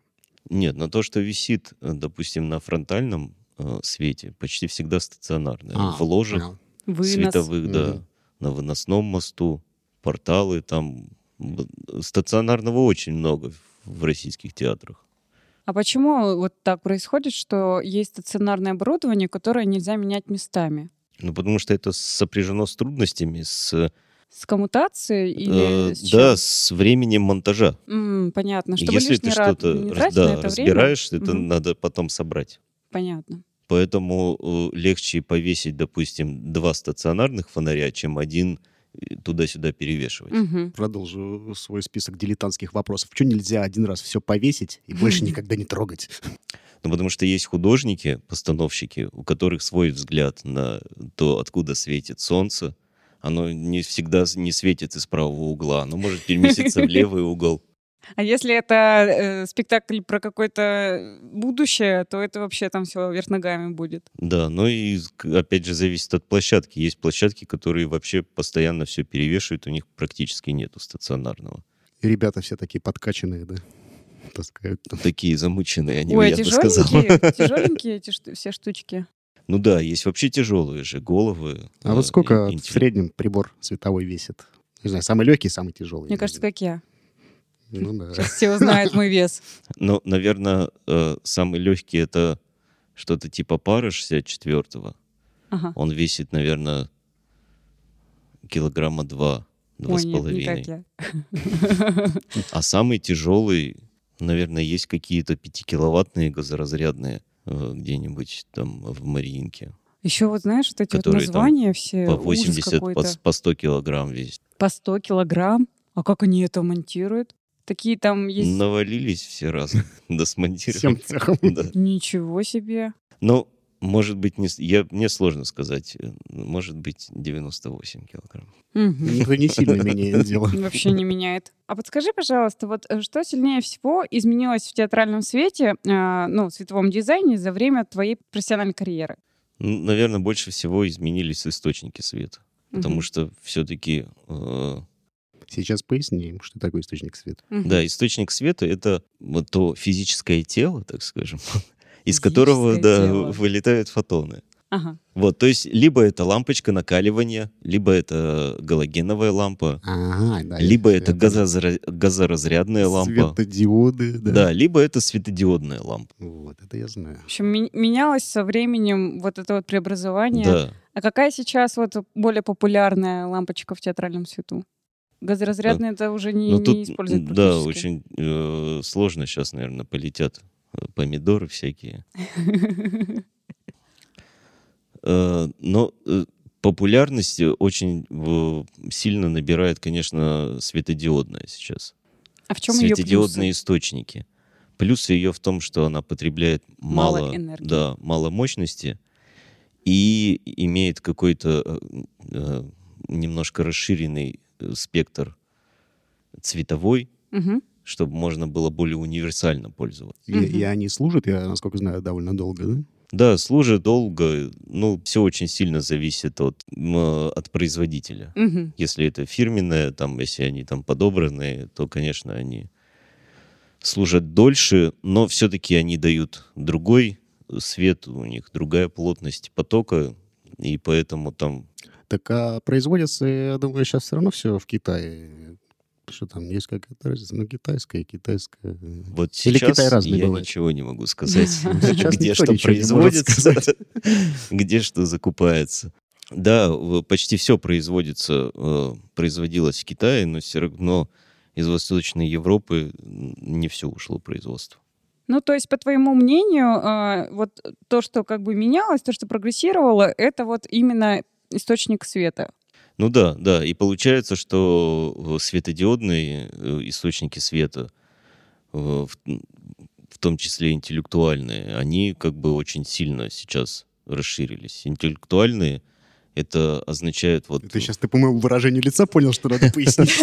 S3: Нет, на то, что висит, э, допустим, на фронтальном э, свете, почти всегда стационарное.
S1: А,
S3: Э, В ложах
S1: понял.
S2: Вынос.
S3: световых, да,
S1: Мгм.
S3: на выносном мосту, порталы, там б- стационарного очень много в- в российских театрах.
S2: А почему вот так происходит, что есть стационарное оборудование, которое нельзя менять местами?
S3: Ну, потому что это сопряжено с трудностями, с, э,
S2: С коммутацией или с чем?
S3: да, с временем монтажа.
S2: М, понятно. Чтобы
S3: Если ты
S2: лишний раз
S3: что-то
S2: не
S3: раз-
S2: тратить
S3: да,
S2: на это время.
S3: разбираешь, это
S2: Мгм.
S3: надо потом собрать.
S2: Понятно.
S3: Поэтому э, легче повесить, допустим, два стационарных фонаря, чем один э, туда-сюда перевешивать.
S2: Мгм.
S1: Продолжу свой список дилетантских вопросов. Почему нельзя один раз все повесить и
S3: *laughs*
S1: больше никогда не трогать?
S3: Ну, потому что есть художники, постановщики, у которых свой взгляд на то, откуда светит солнце. Оно не всегда с- не светит из правого угла, оно может переместиться в левый угол.
S2: А если это э, спектакль про какое-то будущее, то это вообще там все вверх ногами будет.
S3: Да, ну и к- опять же зависит от площадки. Есть площадки, которые вообще постоянно все перевешивают, у них практически нету стационарного.
S1: И ребята все такие подкачанные, да? Таскают там.
S3: Такие замученные они,
S2: Ой, а
S3: я бы сказал.
S2: тяжеленькие,
S3: *laughs*
S2: тяжеленькие эти шту- все штучки.
S3: Ну да, есть вообще тяжелые же головы.
S1: А
S3: э,
S1: вот сколько
S3: и-
S1: в
S3: интелли-
S1: среднем прибор световой весит? Не знаю, самый легкий, самый тяжелый.
S2: Мне кажется, как я.
S1: Ну да.
S2: Сейчас все узнают мой вес.
S3: Ну, наверное, э, самый легкий это что-то типа пары 64-го.
S2: Ага.
S3: Он весит, наверное, килограмма два, два
S2: Ой,
S3: с
S2: нет, не как
S3: половиной.
S2: я.
S3: А самый тяжелый, наверное, есть какие-то пятикиловаттные газоразрядные э, где-нибудь там в Мариинке.
S2: Еще вот знаешь, вот эти вот
S3: Которые там
S2: названия все
S3: По
S2: Э, ужас
S3: 80, по,
S2: какой-то.
S3: с- по 100 килограмм весит.
S2: По 100 килограмм. А как они это монтируют? Такие там есть...
S3: Навалились все разом, *laughs*
S1: Всем
S3: да смонтировали.
S1: цехом.
S3: Да.
S2: Ничего себе.
S3: Ну, может быть, не, с- я, мне сложно сказать. Э, Может быть, 98 килограмм.
S2: Мгм.
S1: Ну, Это не сильно меняет дело.
S2: *laughs* Вообще не меняет. А подскажи, пожалуйста, вот э, что сильнее всего изменилось в театральном свете, э, ну, в световом дизайне за время твоей профессиональной карьеры?
S3: Ну, наверное, больше всего изменились источники света. Потому что э, все-таки...
S1: Сейчас поясним, что такое источник света.
S2: Мгм.
S3: да, источник света — это вот то физическое тело, так скажем, *laughs* из
S2: Физическое
S3: которого да,
S2: тело.
S3: вылетают фотоны.
S2: Ага.
S3: Вот, то есть либо это лампочка накаливания, либо это галогеновая лампа,
S1: Ага, да.
S3: либо это
S1: газа
S3: газозра- газоразрядная лампа.
S1: Светодиоды, да.
S3: Да, либо это светодиодная лампа.
S1: Вот, это я знаю.
S2: В общем, ми- менялось со временем вот это вот преобразование.
S3: Да.
S2: А какая сейчас вот более популярная лампочка в театральном свету? газоразрядные это уже не,
S3: Ну,
S2: не
S3: тут,
S2: используют
S3: да,
S2: практически.
S3: очень э, сложно сейчас, наверное, полетят э, помидоры всякие. Э, но э, популярность очень э, сильно набирает, конечно, светодиодная сейчас.
S2: А в чем ее
S3: светодиодные
S2: плюсы?
S3: источники. Плюсы ее в том, что она потребляет
S2: Мало
S3: мало,
S2: энергии.
S3: Да, мало мощности и имеет какой-то э, э, немножко расширенный э, спектр цветовой,
S2: Мгм.
S3: чтобы можно было более универсально пользоваться.
S1: И,
S2: Мгм.
S1: и они служат, я, насколько знаю, довольно долго, да?
S3: Да, служит долго, ну, все очень сильно зависит от, м, э, от производителя.
S2: Мгм.
S3: Если это фирменное, там, если они там подобраны, то, конечно, они служат дольше, но все-таки они дают другой свет, у них другая плотность потока, и поэтому там
S1: Так а производится, я думаю, сейчас все равно все в Китае. Что там, есть какая-то разница? Ну, китайская, китайская.
S3: вот
S1: Или
S3: сейчас
S1: Китай разный
S3: я
S1: бывает.
S3: ничего не могу сказать,
S1: *laughs* Сейчас
S3: где
S1: никто
S3: что
S1: ничего не может
S3: производится, *laughs* где что закупается. Да, в- почти все производится, э, производилось в Китае, но все равно из Восточной Европы м, не все ушло производство.
S2: Ну, то есть, по твоему мнению, а, вот то, что как бы менялось, то, что прогрессировало, это вот именно источник света.
S3: Ну да, да. И получается, что э, светодиодные э, источники света, э, в, в том числе интеллектуальные, они как бы очень сильно сейчас расширились. Интеллектуальные это означает вот...
S1: Ты сейчас, ты, по-моему, выражение лица понял, что надо *laughs* пояснить.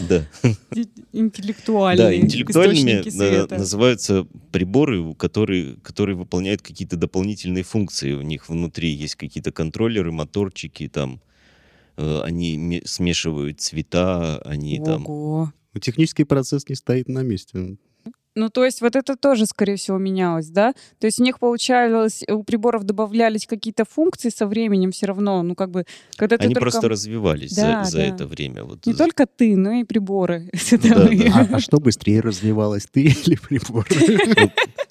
S3: Да,
S2: Ди-
S3: да
S2: Интеллектуальные
S3: интеллектуальными
S2: источники
S3: на-
S2: света.
S3: называются приборы, у которые, которые выполняют какие-то дополнительные функции. У них внутри есть какие-то контроллеры, моторчики, там э, они ме- смешивают цвета, они там
S2: Ого.
S1: Ну, Технический процесс не стоит на месте.
S2: Ну, то есть вот это тоже, скорее всего, менялось, да? То есть у них получалось, у приборов добавлялись какие-то функции со временем все равно, ну, как бы, когда ты
S3: Они
S2: только...
S3: просто развивались за-
S2: Да,
S3: за,
S2: да.
S3: это время. Вот э,
S2: Не
S3: за-
S2: только ты, но и приборы. *laughs*
S3: да.
S1: А, а что быстрее развивалось, ты или *laughs* прибор?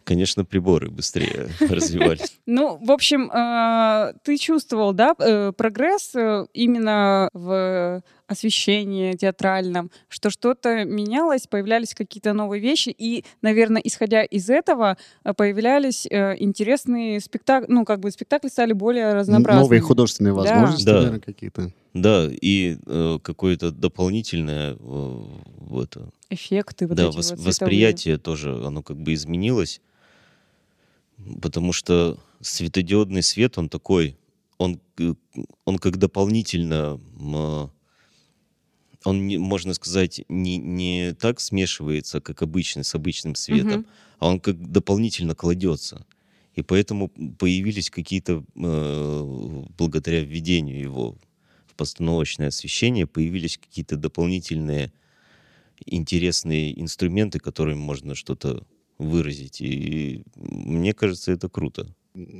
S3: Конечно,
S2: *laughs*
S3: приборы быстрее развивались.
S2: Ну, в общем, э, ты чувствовал, да, э, прогресс э, именно в освещении театральном, что что-то менялось, появлялись какие-то новые вещи, и, наверное, исходя из этого, э, появлялись э, интересные спектакли, ну, как бы спектакли стали более разнообразными.
S1: Новые художественные
S2: Да.
S1: возможности,
S3: Да.
S1: наверное, какие-то.
S3: Да, и э, какое-то дополнительное э, в это,
S2: эффекты вот
S3: да,
S2: эти
S3: вос-
S2: вот цветовые.
S3: восприятие тоже, оно как бы изменилось, потому что светодиодный свет, он такой, он, э, он как дополнительно, м, э, он, не- можно сказать, не, не так смешивается, как обычный, с обычным светом,
S2: Мгм.
S3: а он как дополнительно кладется. И поэтому появились какие-то, э, благодаря введению его в постановочное освещение, появились какие-то дополнительные интересные инструменты, которыми можно что-то выразить. И мне кажется, это круто.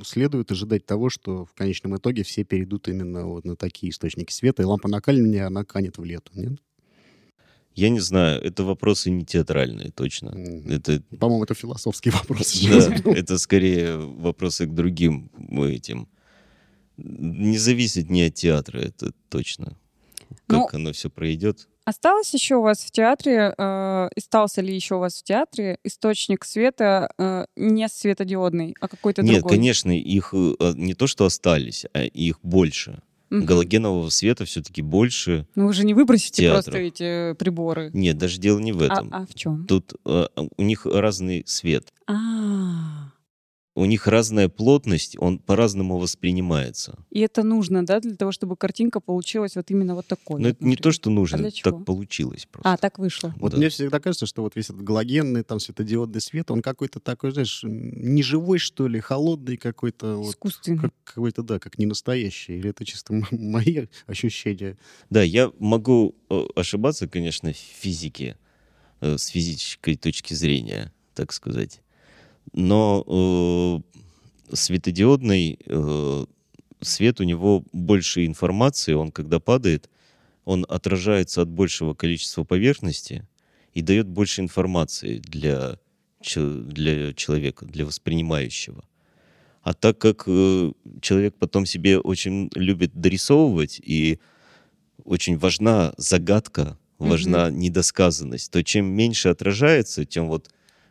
S1: Следует ожидать того, что в конечном итоге все перейдут именно вот на такие источники света, и лампа накаливания, она канет в лету, нет?
S3: Я не знаю, это вопросы не театральные, точно.
S1: Мгм.
S3: Это,
S1: По-моему, это философский *laughs* вопрос.
S3: да, это скорее вопросы к другим этим. Не зависит ни от театра, это точно.
S2: Ну,
S3: Как оно все пройдет.
S2: Осталось еще у вас в театре, э, остался ли еще у вас в театре источник света э, не светодиодный, а какой-то
S3: Нет,
S2: другой?
S3: конечно, их э, не то, что остались, а их больше.
S2: Мгм.
S3: Галогенового света все-таки больше.
S2: Ну вы же не выбросите
S3: театрах.
S2: просто эти приборы.
S3: Нет, даже дело не в
S2: А,
S3: этом.
S2: а в чем?
S3: Тут э, у них разный свет.
S2: А,
S3: у них разная плотность, он по-разному воспринимается.
S2: и это нужно, да, для того, чтобы картинка получилась вот именно вот такой. вот,
S3: Но Ну, это не
S2: например.
S3: то, что
S2: А
S3: нужно,
S2: для
S3: это
S2: чего?
S3: так получилось просто.
S2: А, так вышло.
S1: Вот
S3: Да.
S1: мне всегда кажется, что вот весь этот галогенный, там, светодиодный свет, он какой-то такой, знаешь, м, неживой, что ли, холодный какой-то. Вот,
S2: Искусственный.
S1: как- какой-то, да, как не настоящий. Или это чисто м- *laughs* мои ощущения.
S3: Да, я могу э, ошибаться, конечно, в физике, э, с физической точки зрения, так сказать. Но э, светодиодный э, свет, у него больше информации, он когда падает, он отражается от большего количества поверхности и дает больше информации для, че- для человека, для воспринимающего. А так как э, человек потом себе очень любит дорисовывать и очень важна загадка, важна недосказанность. То чем меньше отражается, тем вот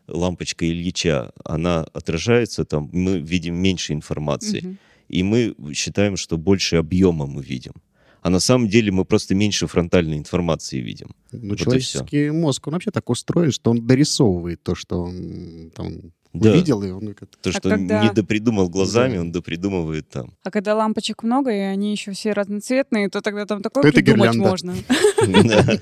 S3: лампочка Ильича, она отражается, там мы видим меньше информации.
S2: Мгм.
S3: И мы считаем, что больше объема мы видим. А на самом деле мы просто меньше фронтальной информации видим.
S1: Ну,
S3: Вот и
S1: человеческий мозг, он вообще так устроен, что он дорисовывает то, что он там
S3: Да.
S1: увидел, и он как-то
S3: То,
S2: А
S3: что
S2: когда-
S3: не допридумал глазами,
S1: Да.
S3: он допридумывает там.
S2: *laughs* А когда лампочек много, и они еще все разноцветные, то тогда там такое
S1: То это
S2: придумать
S1: гирлянда.
S2: можно. *laughs*
S3: Да.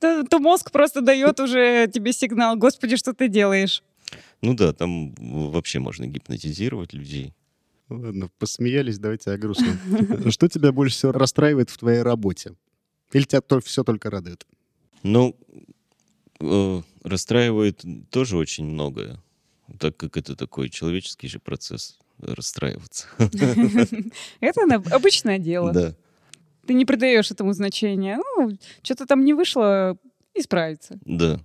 S2: То, то мозг просто дает уже тебе сигнал, господи, что ты делаешь.
S3: Ну да, там вообще можно гипнотизировать людей.
S1: Ладно, посмеялись, давайте о грустном. *laughs* Что тебя больше всего расстраивает в твоей работе? Или тебя то, все только радует?
S3: Ну, э, расстраивает тоже очень многое, так как это такой человеческий же процесс э, расстраиваться.
S2: *laughs* Это на- обычное дело.
S3: Да.
S2: Ты не придаешь этому значения. Ну, что-то там не вышло, исправится.
S3: Да.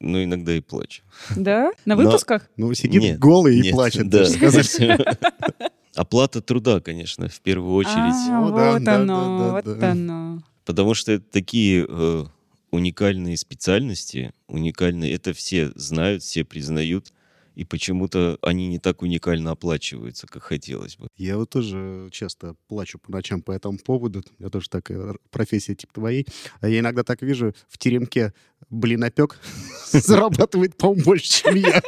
S3: Ну, иногда и плачу.
S2: Да? На
S3: Но-
S2: выпусках?
S1: Ну, сидит
S3: Нет,
S1: голый и
S3: Нет,
S1: плачет.
S3: да.
S1: ты же
S3: *laughs*
S1: сказал.
S3: Оплата труда, конечно, в первую очередь.
S2: А,
S1: О, да,
S2: вот
S1: да, да,
S2: оно,
S1: да,
S2: вот
S1: да.
S2: оно.
S3: Потому что это такие э, уникальные специальности, уникальные, это все знают, все признают, и почему-то они не так уникально оплачиваются, как хотелось бы.
S1: Я вот тоже часто плачу по ночам по этому поводу. У меня тоже такая р- профессия типа твоей. А Я иногда так вижу, в теремке блинопек *laughs* зарабатывает, по-моему, больше, чем я.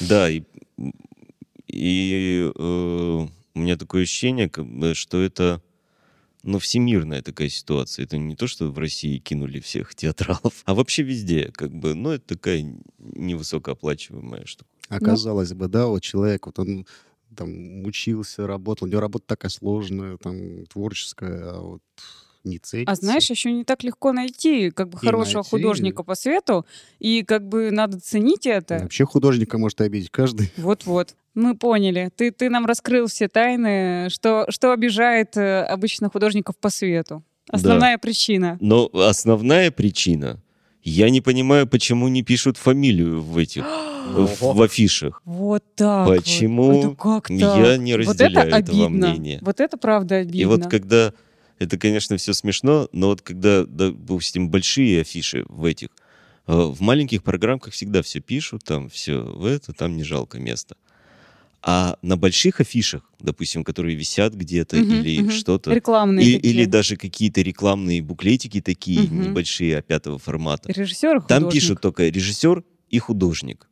S3: Да, и, и, э, у меня такое ощущение, как бы, что это ну, всемирная такая ситуация. Это не то, что в России кинули всех театралов, а вообще везде, как бы, ну, это такая невысокооплачиваемая штука.
S1: Оказалось бы, да, вот человек, вот он там учился, работал, у него работа такая сложная, там, творческая, а вот не ценится.
S2: А знаешь, еще не так легко найти как бы
S1: И
S2: хорошего
S1: найти.
S2: художника по свету, и как бы надо ценить это.
S1: Вообще художника может обидеть каждый.
S2: Вот-вот. Мы поняли. Ты, ты нам раскрыл все тайны, что, что обижает э, обычно художников по свету. Основная причина.
S3: Но основная причина, я не понимаю, почему не пишут фамилию в
S2: *gasps*
S3: этих, в, в афишах.
S2: Вот так. вот.
S3: Почему
S2: Это как
S3: я
S2: так?
S3: не
S2: Вот
S3: разделяю
S2: это
S3: этого
S2: обидно.
S3: мнения?
S2: Вот это правда обидно.
S3: И вот когда, это, конечно, все смешно, но вот когда, допустим, большие афиши в этих, э, в маленьких программках всегда все пишут, там все в это, там не жалко места. А на больших афишах, допустим, которые висят где-то
S2: Мгм,
S3: или
S2: мгм.
S3: что-то,
S2: Рекламные
S3: и-
S2: такие.
S3: или даже какие-то рекламные буклетики такие
S2: Мгм.
S3: небольшие, опятого формата,
S2: Режиссер
S3: там пишут только режиссер и художник.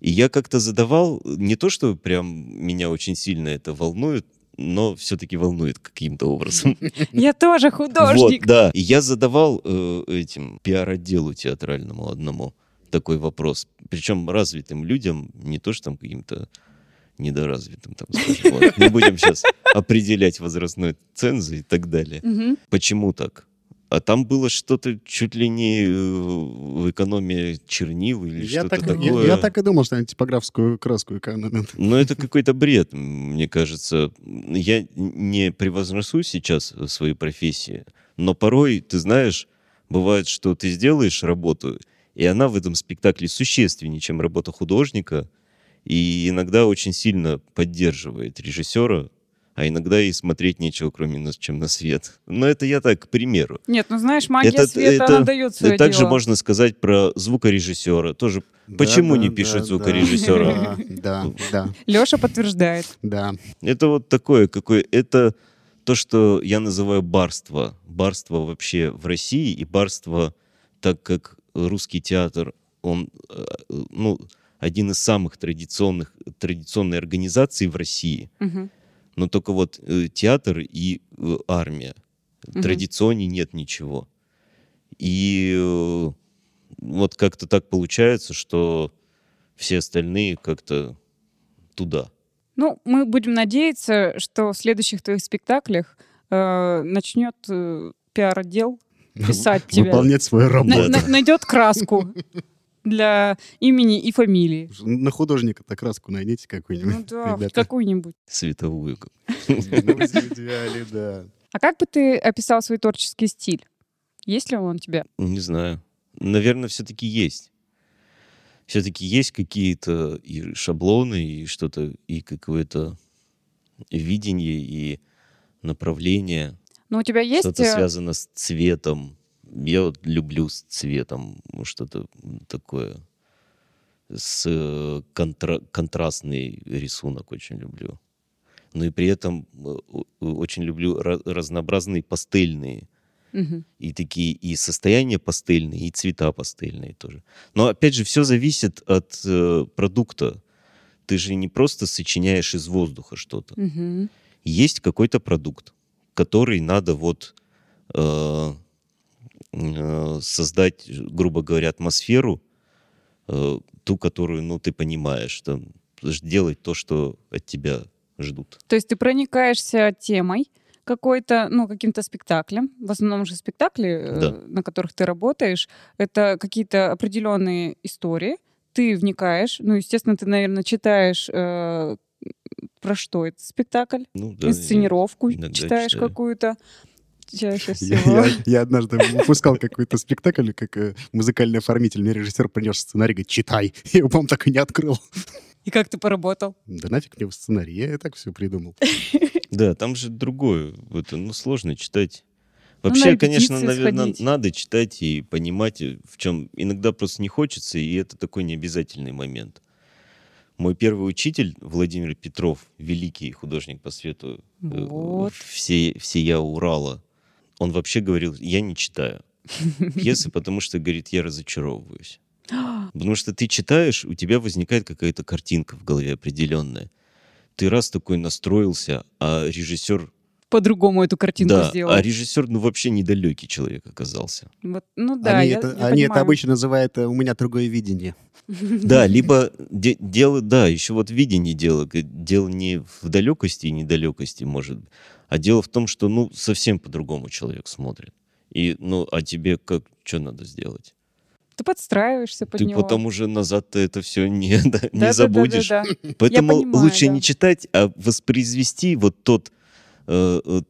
S3: И я как-то задавал, не то что прям меня очень сильно это волнует, но все-таки волнует каким-то образом. *laughs*
S2: Я тоже художник.
S3: Вот, да. И я задавал э, этим пиар-отделу театральному одному такой вопрос. Причем развитым людям, не то что там каким-то недоразвитым, там, скажем. Вот, Не будем сейчас определять возрастной цензы и так далее.
S2: Мгм.
S3: Почему так? А там было что-то чуть ли не э, в экономии чернил или
S1: Я
S3: что-то
S1: так, я-
S3: такое.
S1: я так и думал, что они типографскую краску экономят.
S3: Но это какой-то бред, м, мне кажется. Я не превозносу сейчас свои профессии, но порой, ты знаешь, бывает, что ты сделаешь работу, и она в этом спектакле существеннее, чем работа художника, и иногда очень сильно поддерживает режиссера, а иногда и смотреть нечего, кроме нас, чем на свет. Но это я так, к примеру.
S2: Нет, ну знаешь, магия
S3: Это-
S2: света,
S3: это-
S2: она дает свое
S3: И также
S2: дело.
S3: можно сказать про звукорежиссера. Тоже Почему не пишут звукорежиссера?
S1: Да, да,
S2: Леша подтверждает.
S1: да.
S3: Это вот такое, какое... Это то, что я называю барство. Барство вообще в России и барство, так как русский театр, он, э, ну, один из самых традиционных, традиционной организаций в России.
S2: Мгм.
S3: Но только вот э, театр и э, армия.
S2: Мгм.
S3: Традиционнее нет ничего. И э, вот как-то так получается, что все остальные как-то туда.
S2: Ну, мы будем надеяться, что в следующих твоих спектаклях э, начнет э, пиар-отдел
S3: Ну,
S2: писать тебя.
S1: Выполнять свою
S2: На-
S1: работу.
S2: на- найдет краску для имени и фамилии.
S1: ну, На художника-то краску найдите какую-нибудь,
S2: Ну да, хоть
S1: ребята.
S2: какую-нибудь.
S3: световую. как-
S1: *laughs* Ну, в идеале, да.
S2: А как бы ты описал свой творческий стиль? Есть ли он у тебя?
S3: Ну, Не знаю. Наверное, все-таки есть. Все-таки есть какие-то и шаблоны, и что-то, и какое-то видение, и направление.
S2: Но у тебя есть... э,
S3: Что-то связано с цветом. Я вот люблю с цветом ну, что-то такое. С э, контра- контрастный рисунок очень люблю. Но и при этом э, о- очень люблю ра- разнообразные пастельные
S2: Мгм.
S3: и такие и состояния пастельные, и цвета пастельные тоже. Но опять же, все зависит от э, продукта. Ты же не просто сочиняешь из воздуха что-то.
S2: Мгм.
S3: Есть какой-то продукт, который надо вот э, э, создать, грубо говоря, атмосферу, э, ту, которую, ну, ты понимаешь, там, ж- делать то, что от тебя ждут.
S2: То есть ты проникаешься темой какой-то, ну, каким-то спектаклем. В основном же спектакли, э,
S3: Да.
S2: на которых ты работаешь, это какие-то определенные истории. Ты вникаешь, ну, естественно, ты, наверное, читаешь, э, про что этот спектакль,
S3: Ну, да, и-
S2: инсценировку
S3: иногда
S2: читаешь
S3: читаю.
S2: какую-то.
S3: *laughs*
S2: Чаще
S1: Я,
S2: всего.
S1: я- я однажды выпускал какой-то спектакль, как э, музыкальный оформитель. Мне режиссер принес сценарий, говорит, читай. *laughs* Я его, по-моему, так и не открыл.
S2: И как ты поработал?
S1: Да нафиг мне в сценарий, я и так все придумал.
S3: Да, там же другое. Это, ну, сложно читать.
S2: Ну, на
S3: Вообще,
S2: репетиции
S3: конечно, наверное,
S2: сходить.
S3: надо читать и понимать, э, в чем иногда просто не хочется, и это такой необязательный момент. Мой первый учитель Владимир Петров, великий художник по свету э,
S2: Вот.
S3: все, всея Урала, он вообще говорил, я не читаю
S2: *laughs*
S3: пьесы, потому что, говорит, я разочаровываюсь.
S2: *gasps*
S3: Потому что ты читаешь, у тебя возникает какая-то картинка в голове определенная. Ты раз такой настроился, а режиссер...
S2: По-другому эту картинку
S3: да,
S2: сделал.
S3: а режиссер, ну, вообще недалекий человек оказался.
S2: Вот, ну да,
S1: они
S2: я-
S1: это,
S2: я
S1: они это
S2: понимаю.
S1: обычно называют э, «у меня другое видение».
S3: Да, либо де- дело, да, еще вот видение дела. г- Дело не в далекости и недалекости, может, быть, а дело в том, что, ну, совсем по-другому человек смотрит. И, ну, а тебе как, что надо сделать?
S2: Ты подстраиваешься под
S3: ты
S2: него.
S3: потом уже назад ты это все не, *laughs* да, не
S2: Да-да-да-да-да.
S3: забудешь. Поэтому
S2: понимаю,
S3: лучше
S2: да.
S3: не читать, а воспроизвести вот тот... э, э,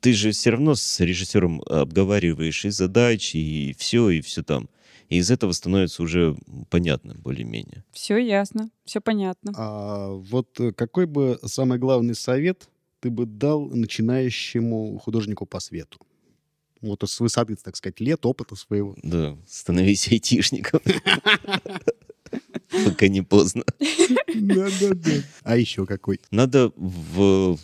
S3: ты же все равно с режиссером обговариваешь и задачи, и все, и все там. И из этого становится уже понятно более-менее.
S2: Все ясно, все понятно.
S1: А вот э, какой бы самый главный совет ты бы дал начинающему художнику по свету? Вот с высоты, так сказать, лет опыта
S2: *laughs*
S1: своего.
S3: Да, становись айтишником. Пока не поздно.
S1: А еще какой?
S3: Надо в-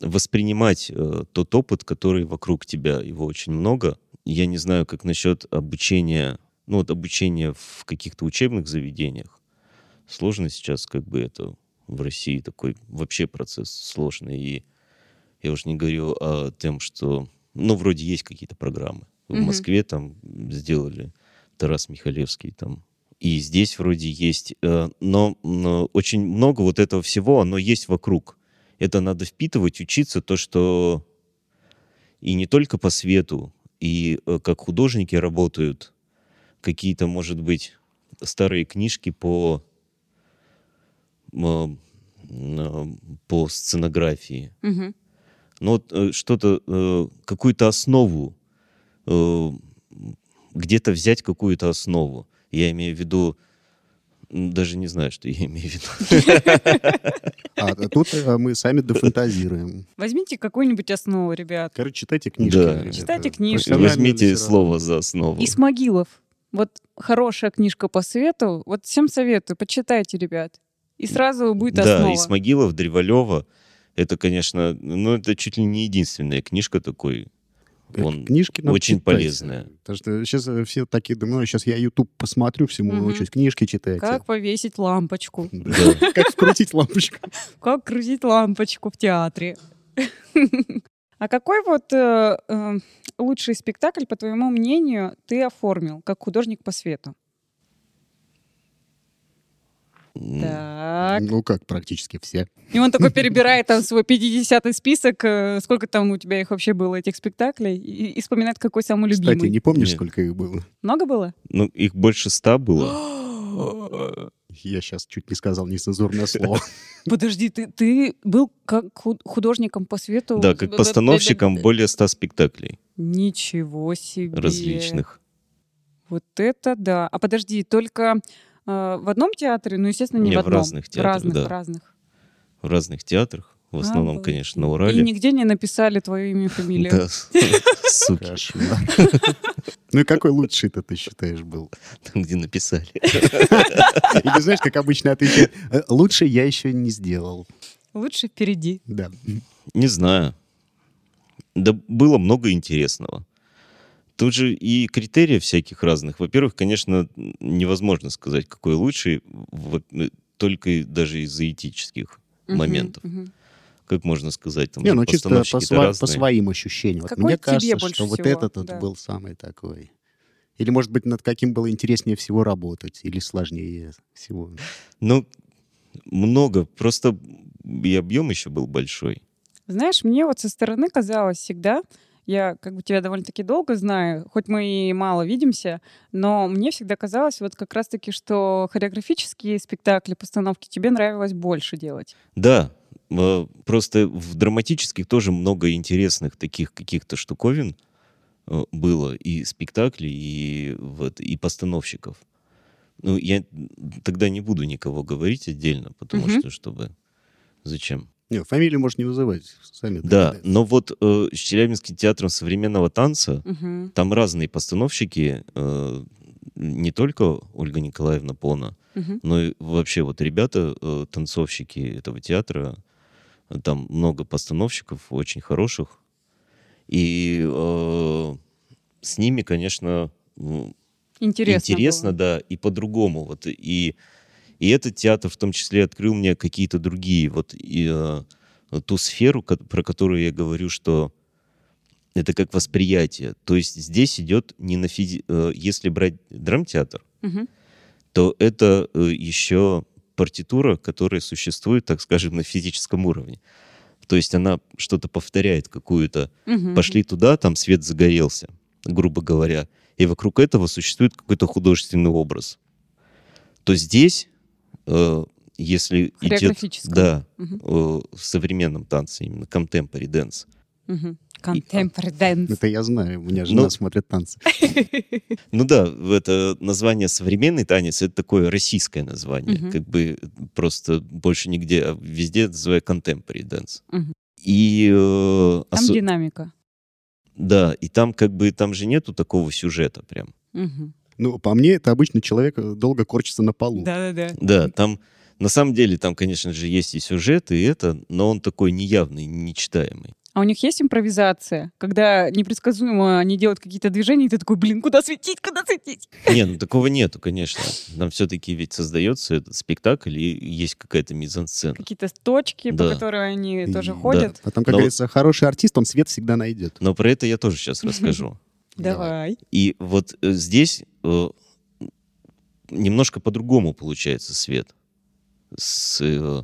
S3: воспринимать э, тот опыт, который вокруг тебя, его очень много. Я не знаю, как насчет обучения, ну вот обучения в каких-то учебных заведениях. Сложно сейчас как бы это в России такой вообще процесс сложный. И я уже не говорю о том, что, ну вроде есть какие-то программы. В
S2: Мгм.
S3: Москве там сделали Тарас Михалевский там. И здесь вроде есть, э, но, но очень много вот этого всего, оно есть вокруг. Это надо впитывать, учиться то, что и не только по свету, и э, как художники работают, какие-то, может быть, старые книжки по, м, э, по сценографии,
S2: Мгм.
S3: ну вот э, что-то, э, какую-то основу, э, где-то взять какую-то основу. Я имею в виду, м, даже не знаю, что я имею в виду.
S1: А тут э, мы сами дофантазируем.
S2: Возьмите какую-нибудь основу, ребят.
S1: Короче, читайте книжки.
S3: Да.
S2: Читайте
S1: Это
S2: книжки.
S1: профессиональная
S3: Возьмите
S1: литература.
S3: слово за основу.
S2: Из могилов. Вот хорошая книжка по свету. Вот всем советую, почитайте, ребят. И сразу будет
S3: Да,
S2: основа.
S3: из Могилов, Древолева. Это, конечно, ну это чуть ли не единственная книжка такой.
S1: Э,
S3: Он
S1: книжки надо
S3: очень
S1: читать.
S3: полезная.
S1: Потому что сейчас все такие думают, сейчас я YouTube посмотрю, всему
S2: Мгм.
S1: научусь, книжки читайте.
S2: Как повесить лампочку?
S1: Да.
S3: Да.
S1: Как вкрутить лампочку.
S2: Как крутить лампочку в театре? *laughs* А какой вот э, э, лучший спектакль, по твоему мнению, ты оформил как художник по свету?
S3: М,
S2: Так.
S1: Ну как, практически все.
S2: И он *laughs* такой перебирает там свой 50-й список, э, сколько там у тебя их вообще было, этих спектаклей, и, и вспоминает, какой самый любимый.
S1: Кстати, не помнишь,
S3: Нет.
S1: сколько их было?
S2: Много было?
S3: Ну, их больше ста было.
S2: *gasps*
S1: Я сейчас чуть не сказал
S3: *laughs*
S1: нецензурное слово.
S2: *laughs* Подожди, ты, ты был как ху- художником по свету?
S3: Да, как постановщикам более ста спектаклей
S2: Ничего себе.
S3: различных.
S2: Вот это да. А подожди, только э, в одном театре? Ну, естественно, не, в
S3: Не, в
S2: одном.
S3: разных театрах,
S2: разных,
S3: да.
S2: разных.
S3: в разных театрах,
S2: А,
S3: в основном,
S2: Обалдеть.
S3: конечно, на
S2: И
S3: Урале.
S2: нигде не написали твое имя и фамилию.
S3: *laughs* Да, суки,
S1: Кошмар. *laughs* Ну и какой лучший-то ты считаешь был?
S3: там, где написали.
S2: *laughs*
S1: И ты знаешь, как обычно отвечают, «Э, лучше я еще не сделал.
S2: Лучше впереди.
S1: Да.
S3: Не знаю. Да было много интересного. Тут же и критерии всяких разных. Во-первых, конечно, невозможно сказать, какой лучший, во- э, только и- даже из-за этических
S2: Мгм,
S3: моментов.
S2: мгм.
S3: Как можно сказать? Там
S1: Не,
S3: же
S1: ну чисто по,
S3: постановщики-то
S1: сва- по
S3: разные.
S1: своим ощущениям. Вот
S2: Какой
S1: мне
S2: тебе
S1: кажется,
S2: больше
S1: что вот
S2: всего,
S1: этот вот
S2: да.
S1: был самый такой. Или, может быть, над каким было интереснее всего работать, или сложнее всего.
S3: Ну, много. Просто и объем еще был большой.
S2: Знаешь, мне вот со стороны казалось всегда, я как бы тебя довольно-таки долго знаю, хоть мы и мало видимся, но мне всегда казалось вот как раз-таки, что хореографические спектакли, постановки тебе нравилось больше делать.
S3: Да, э, просто в драматических тоже много интересных таких каких-то штуковин э, было и спектаклей, и, вот, и постановщиков. Ну, я тогда не буду никого говорить отдельно, потому
S2: Мгм.
S3: что, чтобы... Зачем?
S1: Не, фамилию можно не вызывать. Сами
S3: Да,
S1: догадаются.
S3: но вот э, с Челябинским театром современного танца
S2: Мгм,
S3: там разные постановщики, э, не только Ольга Николаевна Пона,
S2: мгм.
S3: ну и вообще вот ребята, э, танцовщики этого театра, э, там много постановщиков очень хороших. И э, с ними, конечно, м,
S2: Интересно. было.
S3: да, и по-другому. Вот, и, и этот театр в том числе открыл мне какие-то другие, вот и, э, ту сферу, ко- про которую я говорю, что это как восприятие. То есть здесь идет не на физи... э, Если брать драмтеатр,
S2: Мгм.
S3: то это э, еще партитура, которая существует, так скажем, на физическом уровне. То есть она что-то повторяет какую-то.
S2: Мгм.
S3: Пошли туда, там свет загорелся, грубо говоря. И вокруг этого существует какой-то художественный образ. То здесь, э, если идет...
S2: Хореографическом.
S3: Да,
S2: Мгм.
S3: э, в современном танце, именно contemporary dance.
S2: Мгм. Contemporary dance.
S3: *laughs*
S1: Это я знаю, у меня жена
S3: Ну.
S1: смотрит танцы.
S3: Ну да, в это название современный танец это такое российское название,
S2: Мгм.
S3: как бы просто больше нигде, а везде это называют contemporary dance.
S2: Мгм.
S3: И э,
S2: Там
S3: осо-
S2: динамика.
S3: да, и там как бы там же нету такого сюжета прям.
S2: Мгм.
S1: Ну, по мне, это обычно человек э, долго корчится на полу.
S2: Да-да-да.
S3: Да, там на самом деле там, конечно же, есть и сюжет и это, но он такой неявный, нечитаемый.
S2: А у них есть импровизация, когда непредсказуемо они делают какие-то движения, и ты такой, блин, куда светить, куда светить?
S3: Не, ну такого нету, конечно. Там все-таки ведь создается этот спектакль и есть какая-то мизансцена.
S2: Какие-то точки,
S3: Да.
S2: по которым они тоже
S1: Да.
S2: ходят.
S1: А там, как
S3: Но-
S1: говорится, хороший артист, он свет всегда найдет.
S3: Но про это я тоже сейчас расскажу.
S2: Давай.
S3: И вот э, здесь э, немножко по-другому получается свет. С, э,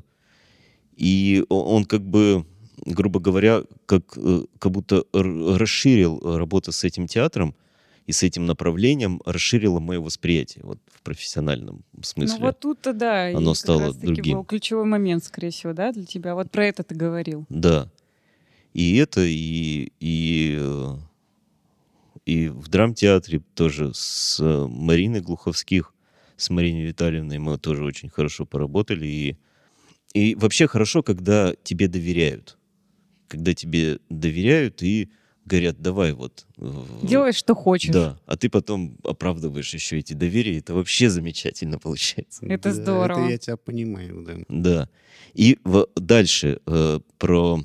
S3: и о- он как бы, грубо говоря, как, э, как будто р- расширил э, работу с этим театром и с этим направлением, расширила мое восприятие вот, в профессиональном смысле.
S2: Ну вот тут-то да, и
S3: Оно
S2: как
S3: стало
S2: раз-таки
S3: другим.
S2: был ключевой момент, скорее всего, да, для тебя. Вот про это ты говорил.
S3: Да. И это, и, и, э, и в драмтеатре тоже с э, Мариной Глуховских, с Мариной Витальевной мы тоже очень хорошо поработали. И, и вообще хорошо, когда тебе доверяют. Когда тебе доверяют и говорят, давай вот. э,
S2: Делай, что хочешь.
S3: Да, а ты потом оправдываешь еще эти доверия, это вообще замечательно получается.
S2: Это
S1: Да,
S2: здорово.
S1: Это я тебя понимаю, да.
S3: Да. И в- дальше э, про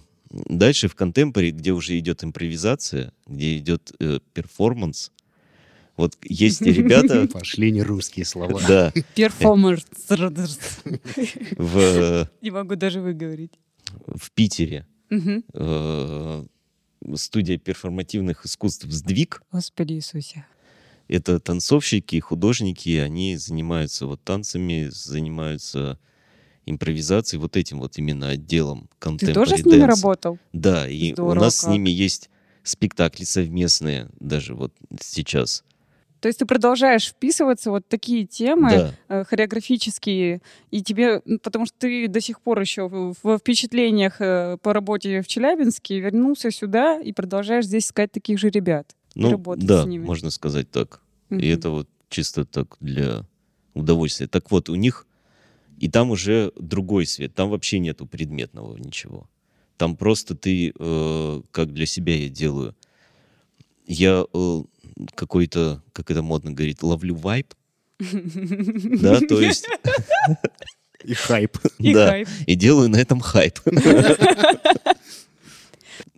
S3: дальше в контемпоре, где уже идет импровизация, где идет э, перформанс. Вот есть те
S2: *laughs*
S3: ребята,
S1: Пошли не русские слова.
S3: да,
S1: *laughs*
S2: Перформер.
S3: в
S2: Не могу даже выговорить.
S3: в Питере
S2: Мгм.
S3: э, студия перформативных искусств «Сдвиг».
S2: Господи Иисусе.
S3: Это танцовщики, художники, они занимаются вот танцами, занимаются импровизацией, вот этим вот именно отделом
S2: Ты
S3: контемпори
S2: тоже с ними работал?
S3: Да, и
S2: Здорово
S3: у нас с
S2: как.
S3: ними есть спектакли совместные, даже вот сейчас.
S2: То есть ты продолжаешь вписываться вот в такие темы,
S3: Да,
S2: э, хореографические, и тебе, ну, потому что ты до сих пор еще в- во впечатлениях э, по работе в Челябинске вернулся сюда и продолжаешь здесь искать таких же ребят.
S3: ну,
S2: работать
S3: да,
S2: с ними.
S3: можно сказать так. И
S2: Мгм. *laughs*
S3: это вот чисто так для удовольствия. Так вот, у них и там уже другой свет, там вообще нету предметного ничего. Там просто ты, э, как для себя я делаю, я э, какой-то, как это модно говорит, ловлю вайп, да, то есть,
S1: И хайп.
S2: *laughs* И
S3: да,
S2: кайф.
S3: и делаю на этом хайп.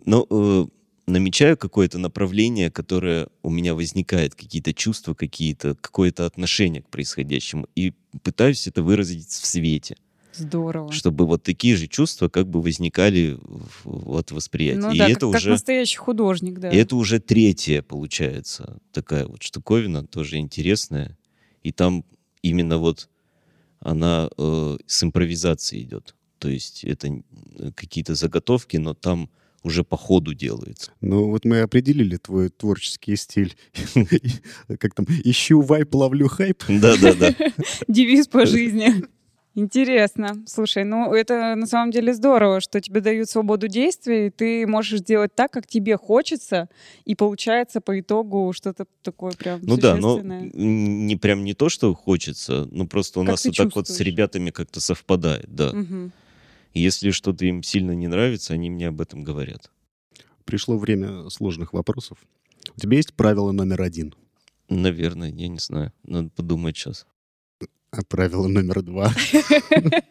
S3: Но э, намечаю какое-то направление, которое у меня возникает, какие-то чувства, какие-то, какое-то отношение к происходящему, и пытаюсь это выразить в свете,
S2: Здорово.
S3: чтобы вот такие же чувства как бы возникали в- от восприятия.
S2: Ну
S3: и
S2: да,
S3: это
S2: как, как
S3: уже...
S2: настоящий художник, да.
S3: И это уже третья, получается, такая вот штуковина, тоже интересная. И там именно вот она э, с импровизацией идет. То есть это н- э, какие-то заготовки, но там уже по ходу
S2: *laughs*
S3: делается.
S1: Ну, вот мы определили твой творческий стиль. *laughs* И, Как там, ищу вайп, ловлю хайп.
S3: Да-да-да.
S2: *laughs* Девиз
S3: э,
S2: по жизни. *laughs* Интересно. Слушай, ну это на самом деле здорово, что тебе дают свободу действий, и ты можешь делать так, как тебе хочется, и получается по итогу что-то такое прям
S3: Ну да, но
S2: существенное.
S3: н- не прям не то, что хочется, но просто у
S2: Как
S3: нас
S2: ты
S3: вот так вот с
S2: чувствуешь?
S3: ребятами как-то совпадает, да.
S2: Мгм.
S3: И Если что-то им сильно не нравится, они мне об этом говорят.
S1: Пришло время сложных вопросов. У тебя есть правило номер один?
S3: Наверное, я не знаю. Надо подумать сейчас.
S1: А правило номер
S2: *laughs*
S1: два?
S3: Это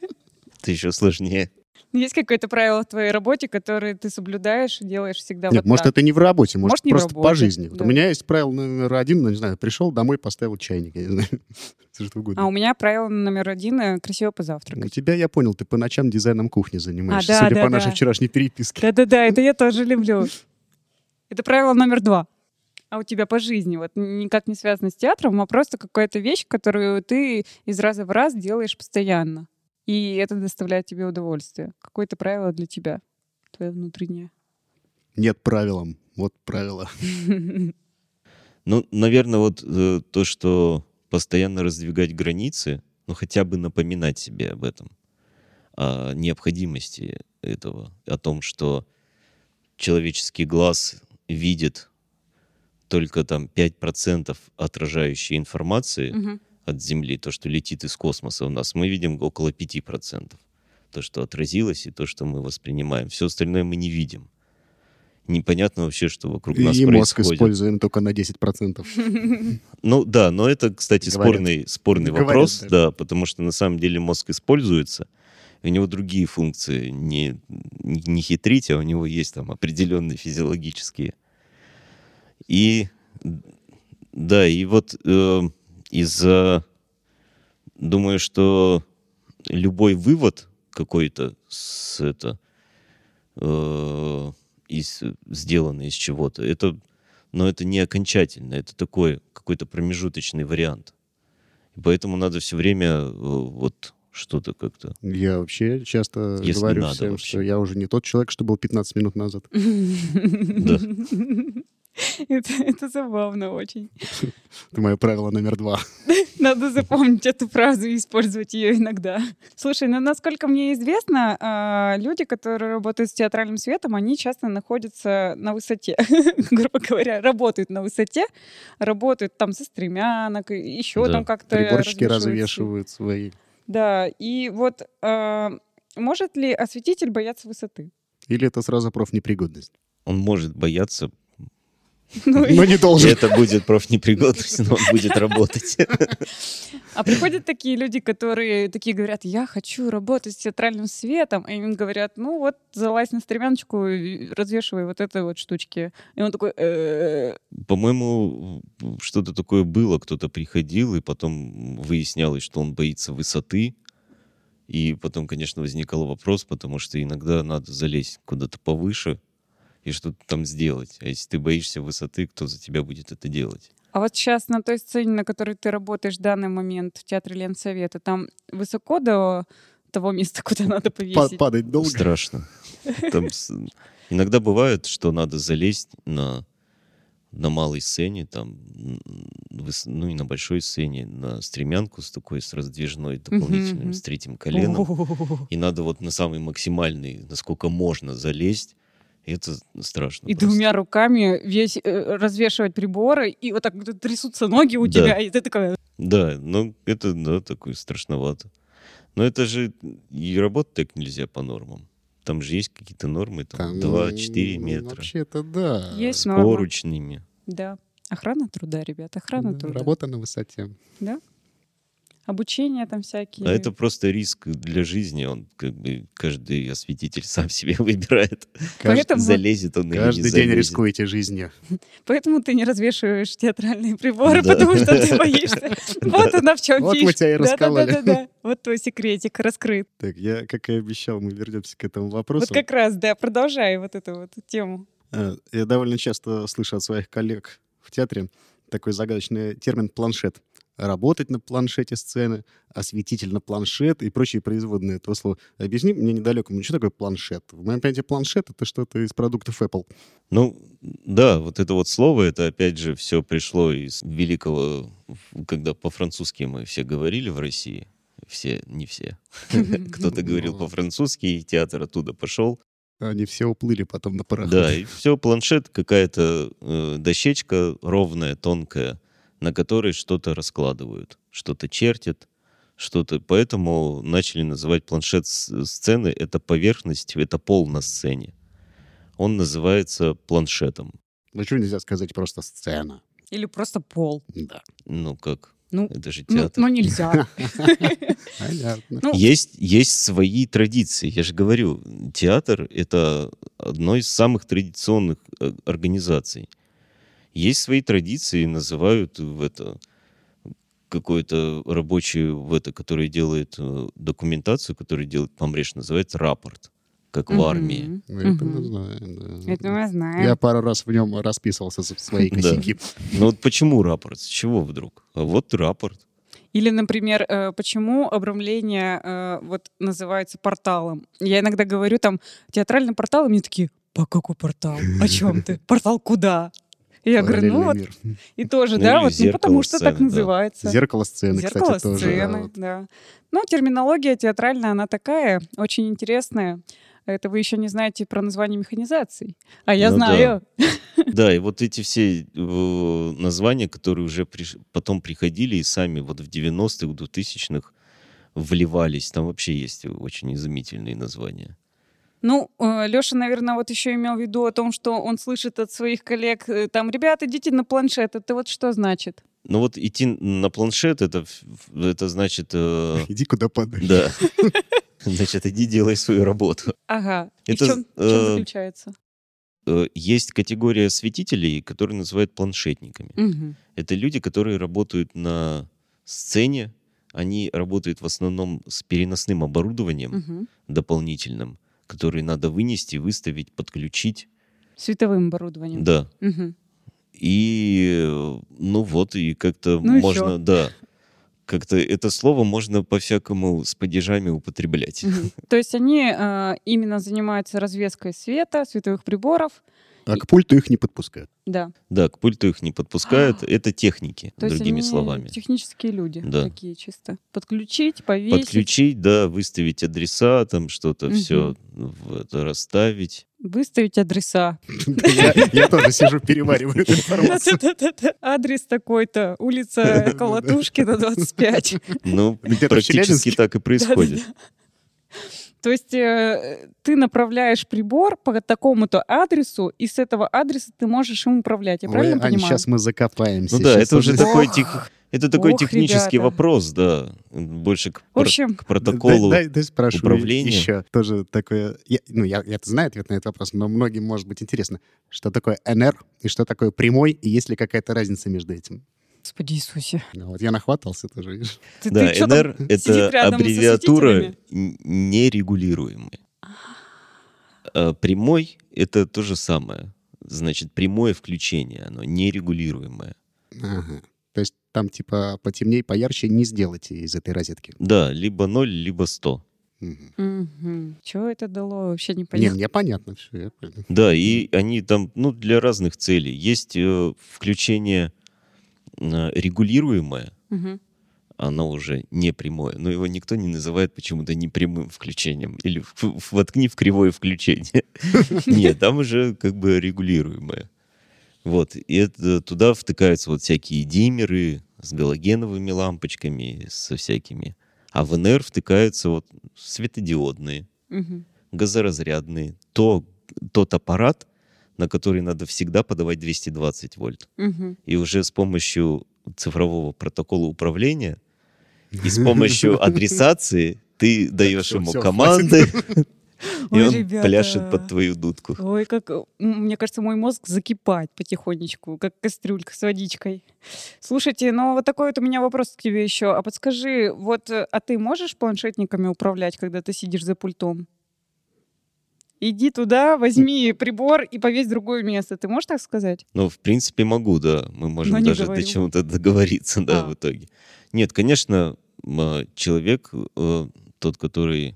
S3: еще сложнее.
S2: Есть какое-то правило в твоей работе, которое ты соблюдаешь и делаешь всегда
S1: Нет,
S2: вот
S1: может,
S2: так?
S1: это не в работе, может,
S2: Может, не в
S1: просто по
S2: работе,
S1: жизни. Вот
S2: да.
S1: У меня есть правило номер один, ну, не знаю, пришел домой, поставил чайник, я не знаю, *laughs* всё что
S2: А
S1: угодно.
S2: у меня правило номер один э, — красиво
S1: У
S2: позавтракать.
S1: тебя, я понял, ты по ночам дизайном кухни занимаешься,
S2: А, да,
S1: судя
S2: да,
S1: по нашей
S2: да.
S1: вчерашней переписке.
S2: Да-да-да, это я тоже люблю. Это правило номер два. А у тебя по жизни, вот никак не связано с театром, а просто какая-то вещь, которую ты из раза в раз делаешь постоянно. И это доставляет тебе удовольствие. Какое-то правило для тебя,
S1: *laughs*
S2: твое внутреннее.
S1: Нет правилам. Вот правило.
S3: Ну, наверное, вот э, то, что постоянно раздвигать границы, ну, хотя бы напоминать себе об этом, о необходимости этого, о том, что человеческий глаз видит только там 5% отражающей информации
S2: Мгм.
S3: от Земли, то, что летит из космоса у нас, мы видим около 5%. То, что отразилось и то, что мы воспринимаем. Все остальное мы не видим. Непонятно вообще, что вокруг нас
S1: И мозг
S3: происходит.
S1: используем только на
S2: *laughs*
S1: 10%.
S3: Ну да, но это, кстати,
S1: Говорят.
S3: спорный, спорный
S1: Говорят
S3: вопрос,
S1: даже.
S3: да, потому что на самом деле мозг используется, и у него другие функции, не, не хитрить, а у него есть там определенные физиологические. И да, и вот э, из-за, думаю, что любой вывод какой-то с это, э, из, сделанный из чего-то, это но это не окончательно, это такой какой-то промежуточный вариант. И поэтому надо все время э, вот что-то как-то.
S1: Я вообще часто
S3: Если
S1: говорю
S3: надо
S1: всем,
S3: вообще.
S1: что я уже не тот человек, что был 15 минут назад.
S2: *laughs* Это это забавно очень.
S1: Это мое правило номер два.
S2: Надо запомнить эту фразу и использовать ее иногда. Слушай, ну насколько мне известно, а, люди, которые работают с театральным светом, они часто находятся на высоте, *laughs* грубо говоря, работают на высоте, работают там со стремянок, еще
S3: Да,
S2: там как-то
S1: Приборщики
S2: развешиваются.
S1: развешивают свои.
S2: Да, и вот а, может ли осветитель бояться высоты?
S1: Или это сразу профнепригодность?
S3: Он может бояться.
S2: Ну, и-
S1: Но не должен.
S3: Это будет профнепригодность, но он будет работать. *laughs*
S2: А приходят такие люди, которые такие говорят, я хочу работать с театральным светом, и им говорят, ну вот, залазь на стремяночку, и развешивай вот это вот штучки. И он такой, «Э,
S3: По-моему, что-то такое было. Кто-то приходил, и потом выяснялось, что он боится высоты. И потом, конечно, возникал вопрос, потому что иногда надо залезть куда-то повыше и что-то там сделать. А если ты боишься высоты, кто за тебя будет это делать?
S2: а вот сейчас на той сцене, на которой ты работаешь в данный момент в театре Ленсовета, там высоко до того места, куда надо
S1: Па-
S2: повесить.
S1: Падать долго.
S2: *laughs*
S3: Страшно. Там с- иногда бывает, что надо залезть на, на малой сцене, там, м, выс- ну и на большой сцене, на стремянку с такой, с раздвижной дополнительным,
S2: мгм.
S3: с третьим коленом.
S2: О-о-о.
S3: И надо вот на самый максимальный, насколько можно залезть. И это страшно.
S2: И
S3: Ну, просто.
S2: двумя руками весь э, развешивать приборы, и вот так вот трясутся ноги у
S3: Да.
S2: тебя, и ты такая,
S3: Да, ну это, да, такое страшновато. Но это же и работать так нельзя по нормам. Там же есть какие-то нормы, там,
S1: Там,
S3: 2-4
S1: ну,
S3: метра.
S1: Вообще-то да.
S2: Есть
S3: С
S2: норма.
S3: поручнями.
S2: Да. Охрана труда, ребят, охрана
S1: Да,
S2: труда.
S1: Работа на высоте.
S2: Обучение там всякие.
S3: А это просто риск для жизни. Он как бы каждый осветитель *laughs* сам себе выбирает.
S2: Поэтому-
S3: залезет он или не
S1: Каждый день
S3: залезет.
S1: рискуете жизнью.
S2: Поэтому ты не развешиваешь театральные приборы,
S3: Да.
S2: потому что
S3: *laughs*
S2: ты боишься. Вот она в чем
S1: Вот мы
S2: фишка.
S1: тебя и раскололи.
S2: Да-да-да-да. *laughs* Вот твой секретик раскрыт.
S1: Так, я, как и обещал, мы вернемся к этому
S2: Вот
S1: вопросу.
S2: как раз, да, продолжай вот эту вот тему.
S1: Э, Я довольно часто слышу от своих коллег в театре такой загадочный термин «планшет». Работать на планшете сцены, осветитель на планшет и прочие производные этого слова. Объясни мне недалекому, что такое планшет? В моем понятии планшет — это что-то из продуктов Apple.
S3: Ну, да, вот это вот слово, это опять же все пришло из великого, когда по-французски мы все говорили в России. Все, не все. *laughs* Кто-то говорил
S1: Ну.
S3: по-французски, и театр оттуда пошел.
S1: Они все уплыли потом на пароход. *laughs*
S3: Да, и все, планшет какая-то э, дощечка ровная, тонкая, на которой что-то раскладывают, что-то чертят, что-то. Поэтому начали называть планшет с- сцены, это поверхность, это пол на сцене. Он называется планшетом.
S1: Почему Ну, нельзя сказать просто «сцена»?
S2: Или просто пол.
S1: Да.
S3: Ну как?
S2: Ну,
S3: это же
S2: Ну,
S3: театр.
S2: ну
S3: *laughs*
S2: нельзя.
S1: Понятно.
S2: Ну,
S3: Есть, есть свои традиции. Я же говорю, театр — это одно из самых традиционных э, организаций. Есть свои традиции, называют в это какой-то рабочий, в это, который делает э, документацию, который делает помреж, называется рапорт, как в армии.
S1: Ну, Это
S2: Мгм.
S1: мы
S2: Мгм.
S1: знаем, да.
S2: Это мы
S1: Я
S2: знаем.
S1: пару раз в нем расписывался за свои
S3: Да.
S1: косяки.
S3: Но Ну, вот почему рапорт? С чего вдруг? А вот рапорт.
S2: Или, например, э, почему обрамление э, вот называется порталом? Я иногда говорю там театральный портал, и мне такие, по какой портал? О чем ты? Портал куда? И я говорю, ну
S1: Параллельный
S2: вот,
S1: мир.
S2: и тоже,
S3: Ну,
S2: да,
S3: или
S2: вот, ну
S3: зеркало
S2: потому что так
S3: сцены, да.
S2: называется.
S1: Зеркало сцены,
S2: Зеркало
S1: кстати, тоже. да,
S2: сцены,
S1: вот.
S2: да. Ну, терминология театральная, она такая, очень интересная. Это вы еще не знаете про название механизаций. А я
S3: Ну да.
S2: знаю.
S3: Да, и вот эти все э, названия, которые уже приш- потом приходили и сами вот в 90-х, в 2000-х вливались. Там вообще есть очень изумительные названия.
S2: Ну, Леша, наверное, вот еще имел в виду о том, что он слышит от своих коллег, э, там, ребята, идите на планшет, это вот что значит?
S3: Ну вот идти на планшет, это, ф- ф- это значит... э,
S1: Иди куда падаешь.
S3: да. *laughs* Значит, иди делай свою работу.
S2: Ага. И в
S3: Это,
S2: чем, в чем
S3: э,
S2: заключается?
S3: Э, Есть категория осветителей, которые называют планшетниками. Это люди, которые работают на сцене, они работают в основном с переносным оборудованием, дополнительным, который надо вынести, выставить, подключить.
S2: Световым оборудованием.
S3: Да.
S2: Мгм.
S3: И э, ну вот, и как-то
S2: Ну и
S3: можно,
S2: чё?
S3: да. Как-то это слово можно по-всякому с падежами употреблять.
S2: Мгм. То есть они э, именно занимаются развеской света, световых приборов.
S1: А к пульту их не подпускают. *laughs*
S2: Да.
S3: Да, к пульту их не подпускают. Это техники,
S2: А. То есть
S3: другими
S2: они типа
S3: словами.
S2: Технические люди
S3: Да.
S2: такие чисто. Подключить, повесить,
S3: Подключить, да, выставить адреса, там что-то
S2: Мгм.
S3: все в это расставить.
S2: выставить адреса.
S1: Я я тоже сижу, перевариваю эту информацию.
S2: Да-да-да-да. *laughs* Адрес такой-то,
S3: *laughs*
S2: улица Колотушкина, 25.
S3: Ну,
S1: *laughs* Где-то в
S3: практически
S1: Челябинске.
S3: так и происходит.
S2: То есть э, ты направляешь прибор по такому-то адресу, и с этого адреса ты можешь им управлять. Я
S1: Ой,
S2: правильно
S1: Ань,
S2: понимаю?
S1: сейчас мы закопаемся.
S3: Ну да,
S1: щас
S3: это уже
S1: он-
S3: такой,
S2: Ох.
S3: тех- это такой
S2: Ох,
S3: технический
S2: ребята.
S3: вопрос, да. Больше
S2: В
S3: к, пр-
S2: общем,
S3: к протоколу.
S1: Дай, дай- дай спрошу
S3: управления.
S1: еще. Тоже такое... Я, ну, я, я знаю ответ на этот вопрос, но многим может быть интересно, что такое НР и что такое прямой, и есть ли какая-то разница между этим.
S2: господи Иисусе,
S1: Ну, вот я нахватался тоже, видишь.
S2: ты,
S3: да,
S2: ты чё там?
S3: НР — это
S2: сидит рядом с
S3: аббревиатура
S2: осветителями?
S3: н- нерегулируемая. А прямой — это то же самое. Значит, прямое включение, оно нерегулируемое.
S1: Ага. То есть там типа потемнее, поярче не сделайте из этой розетки.
S3: Да, либо 0, либо 100.
S1: Мгм.
S2: Мгм. Чего это дало? Вообще не
S1: Не,
S2: понятно.
S1: мне понятно все. Я понял.
S3: Да, и они там, ну, для разных целей. Есть э, включение э, регулируемое,
S2: Мгм.
S3: оно уже не прямое. Но его никто не называет почему-то непрямым включением. Или в- в- воткни в кривое включение. Нет, там уже как бы регулируемое. Вот, и это, туда втыкаются вот всякие диммеры с галогеновыми лампочками, со всякими. А в НР втыкаются вот светодиодные.
S2: Мгм.
S3: газоразрядные, то, тот аппарат, на который надо всегда подавать 220 вольт.
S2: Мгм.
S3: И уже с помощью цифрового протокола управления и с помощью адресации ты даешь
S1: всё,
S3: ему
S1: всё,
S3: команды, *laughs* и
S2: Ой,
S3: он
S2: ребята.
S3: пляшет под твою дудку.
S2: Ой, как... э, м, Мне кажется, мой мозг закипает потихонечку, как кастрюлька с водичкой. Слушайте, ну вот такой вот у меня вопрос к тебе еще. А подскажи, вот, э, а ты можешь планшетниками управлять, когда ты сидишь за пультом? Иди туда, возьми прибор и повесь в другое место. Ты можешь так сказать?
S3: Ну, в принципе, могу, да. Мы
S2: Но
S3: можем
S2: не
S3: даже до
S2: говорю.
S3: чего-то *laughs* договориться, да,
S2: А.
S3: в итоге. Нет, конечно, м, э, человек, э, тот, который